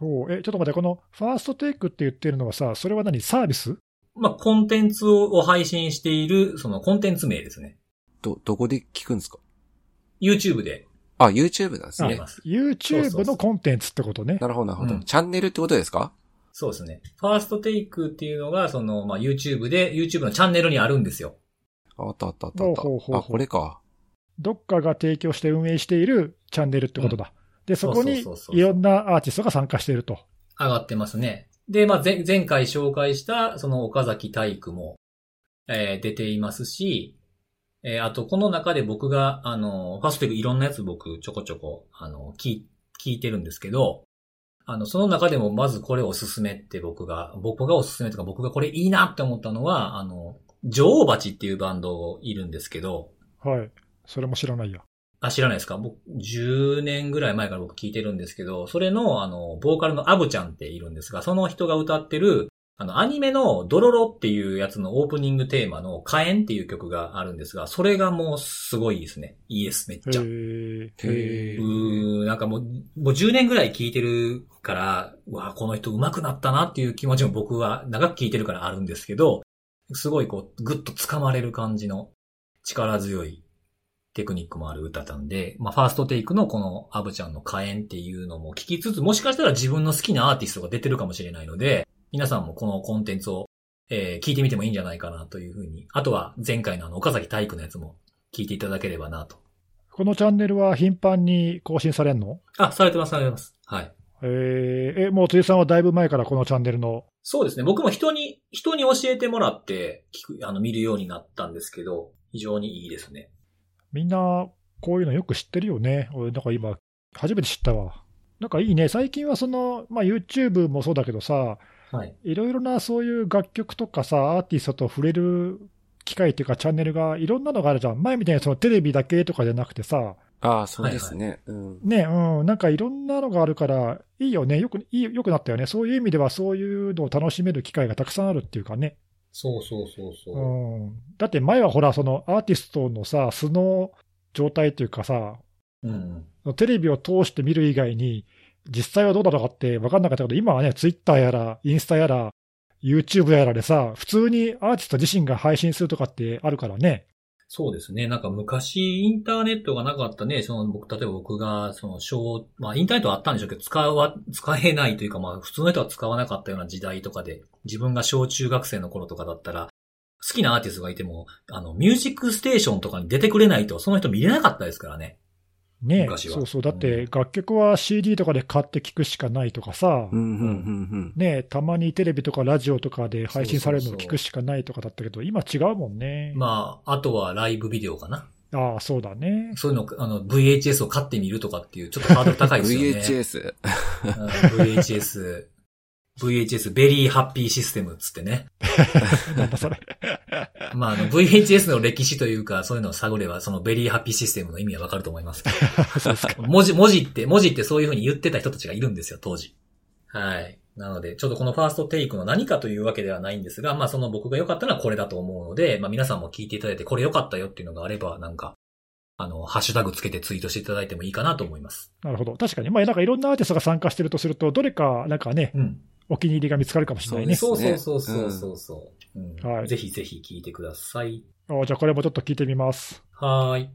C: おうえ、ちょっと待って、このファーストテイクって言ってるのはさ、それは何サービス
A: まあ、コンテンツを配信している、そのコンテンツ名ですね。
B: ど、どこで聞くんですか
A: YouTube で
B: あ、YouTube なんです
A: 見れ
B: ね。
A: ます。そうそう
C: ?YouTube
A: そ
C: の
A: う
C: コンテンツってことね。
B: なるほど、なるほど、
A: うん
B: チャンネルってことですか
A: そうですね。ファーストテイクっていうのが、その、まあ、YouTube で、YouTube のチャンネルにあるんですよ。
B: ああったあったあったあった。
C: ほうほうほうほう
B: あ、これか。
C: どっかが提供して運営しているチャンネルってことだ。で、そこに
A: そうそうそうそう
C: いろんなアーティストが参加していると。
A: 上がってますね。で、まあ、前前回紹介した、その岡崎体育も、えー出ていますし、えーあと、この中で僕が、あの、ファーストテイクいろんなやつ僕、ちょこちょこ、あの、聞い、聞いてるんですけど、あの、その中でも、まずこれおすすめって僕が、僕がおすすめとか、僕がこれいいなって思ったのは、あの、女王蜂っていうバンドいるんですけど、
C: はい。それも知らないや。
A: あ、知らないですか僕、10年ぐらい前から僕聞いてるんですけど、それの、あの、ボーカルのアブちゃんっているんですが、その人が歌ってる、あの、アニメのドロロっていうやつのオープニングテーマの火炎っていう曲があるんですが、それがもうすごいですね。いいです、めっ
C: へ
A: ちゃ。う
C: ー
B: へー
A: ーん、なんかもう、もう10年ぐらい聞いてるから、うわ、この人上手くなったなっていう気持ちも僕は長く聞いてるからあるんですけど、すごいこう、ぐっと掴まれる感じの力強いテクニックもある歌なんで、まあ、ファーストテイクのこのアブちゃんの火炎っていうのも聞きつつ、もしかしたら自分の好きなアーティストが出てるかもしれないので、皆さんもこのコンテンツを、えー聞いてみてもいいんじゃないかなというふうに。あとは前回のあの岡崎体育のやつも聞いていただければなと。
C: このチャンネルは頻繁に更新されんの
A: あ、されてます、されてます。はい。
C: えーえ、もう辻さんはだいぶ前からこのチャンネルの、
A: そうですね。僕も人に、人に教えてもらって、聞く、あの、見るようになったんですけど、非常にいいですね。
C: みんなこういうのよく知ってるよね。俺なんか今、初めて知ったわ。なんかいいね。最近はその、まあ、YouTube もそうだけどさ、
A: はい。
C: いろいろなそういう楽曲とかさ、アーティストと触れる機会っていうかチャンネルがいろんなのがあるじゃん。前みたいにそのテレビだけとかじゃなくてさ、
B: ああ、そうですね。うん。
C: ね、うん、なんかいろんなのがあるから、いいよね。よく、いい、よくなったよね。そういう意味ではそういうのを楽しめる機会がたくさんあるっていうかね。
A: そうそうそうそうう。
C: ん。だって前はほら、そのアーティストのさ、素の状態というかさ、
A: うんうん。
C: テレビを通して見る以外に、実際はどうだろうかって分かんなかったけど、今はね、ツイッターやら、インスタやら、YouTube やらでさ、普通にアーティスト自身が配信するとかってあるからね。
A: そうですね。なんか昔、インターネットがなかったね、その僕、例えば僕が、その小、まあインターネットはあったんでしょうけど、使わ、使えないというか、まあ普通の人は使わなかったような時代とかで、自分が小中学生の頃とかだったら、好きなアーティストがいても、あの、ミュージックステーションとかに出てくれないと、その人見れなかったですからね。
C: ね
A: 昔は
C: そうそう。だっ
A: う
C: て
A: ん
C: 楽曲は CD とかで買って聴くしかないとかさ、
B: うん、うん、うん、
C: ねたまにテレビとかラジオとかで配信されるのを
A: そうそうそう
C: 聞くしかないとかだったけど、今違うもんね。
A: まあ、あとはライブビデオかな。
C: ああ、そうだね。
A: そういうの、あの、VHS を買ってみるとかっていう、ちょっとハードル高
B: う
A: い
B: ん。
A: ですよね。う
B: VHS。
A: ん VHS。VHS、ベリーハッピーシステムっつってね。
C: なんだそれ。
A: まあ、あの、VHS の歴史というか、そういうのを探れば、そのベリーハッピーシステムの意味はわかると思いますけ
C: そうですか。
A: ど。文字、文字って、文字ってそういう風に言ってた人たちがいるんですよ、当時。はい。なので、ちょっとこのファーストテイクの何かというわけではないんですが、まあその僕が良かったのはこれだと思うので、まあ皆さんも聞いていただいて、これ良かったよっていうのがあれば、なんか、あの、ハッシュタグつけてツイートしていただいてもいいかなと思います。
C: なるほど。確かに。まあ、なんかいろんなアーティストが参加してるとすると、どれか、なんかね、
A: うん。
C: お気に入りが見つかるかもしれないね。
A: そう
B: ね
A: そうそうそうそう。うん
C: うんはい
A: ぜひぜひ聞いてください。
C: あじゃあこれもちょっと聞いてみます。
A: はーい。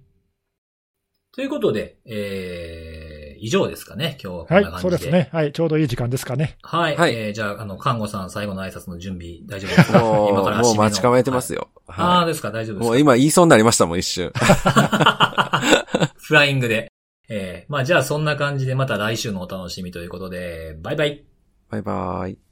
A: ということで、えー、以上ですかね、今日はこ
C: は
A: ん
C: い
A: な、感じで。
C: そうです。ね。はい、ちょうどいい時間ですかね。
A: はい。
B: はい
A: えー、じゃあ、あの、看護さん最後の挨拶の準備大丈夫ですか
B: も
A: 今か
B: う、
A: ら
B: もう待ち構えてま
A: よ。
B: すよ。
A: はいあ
B: は
A: あ、ですか、大丈夫
B: い。
A: ですか。
B: もう今言いそうになりましたもん、一瞬。
A: フライングで。えー、まあじゃあそんな感じでまた来週のお楽しみということで、バイバイ。
B: バイバーイ。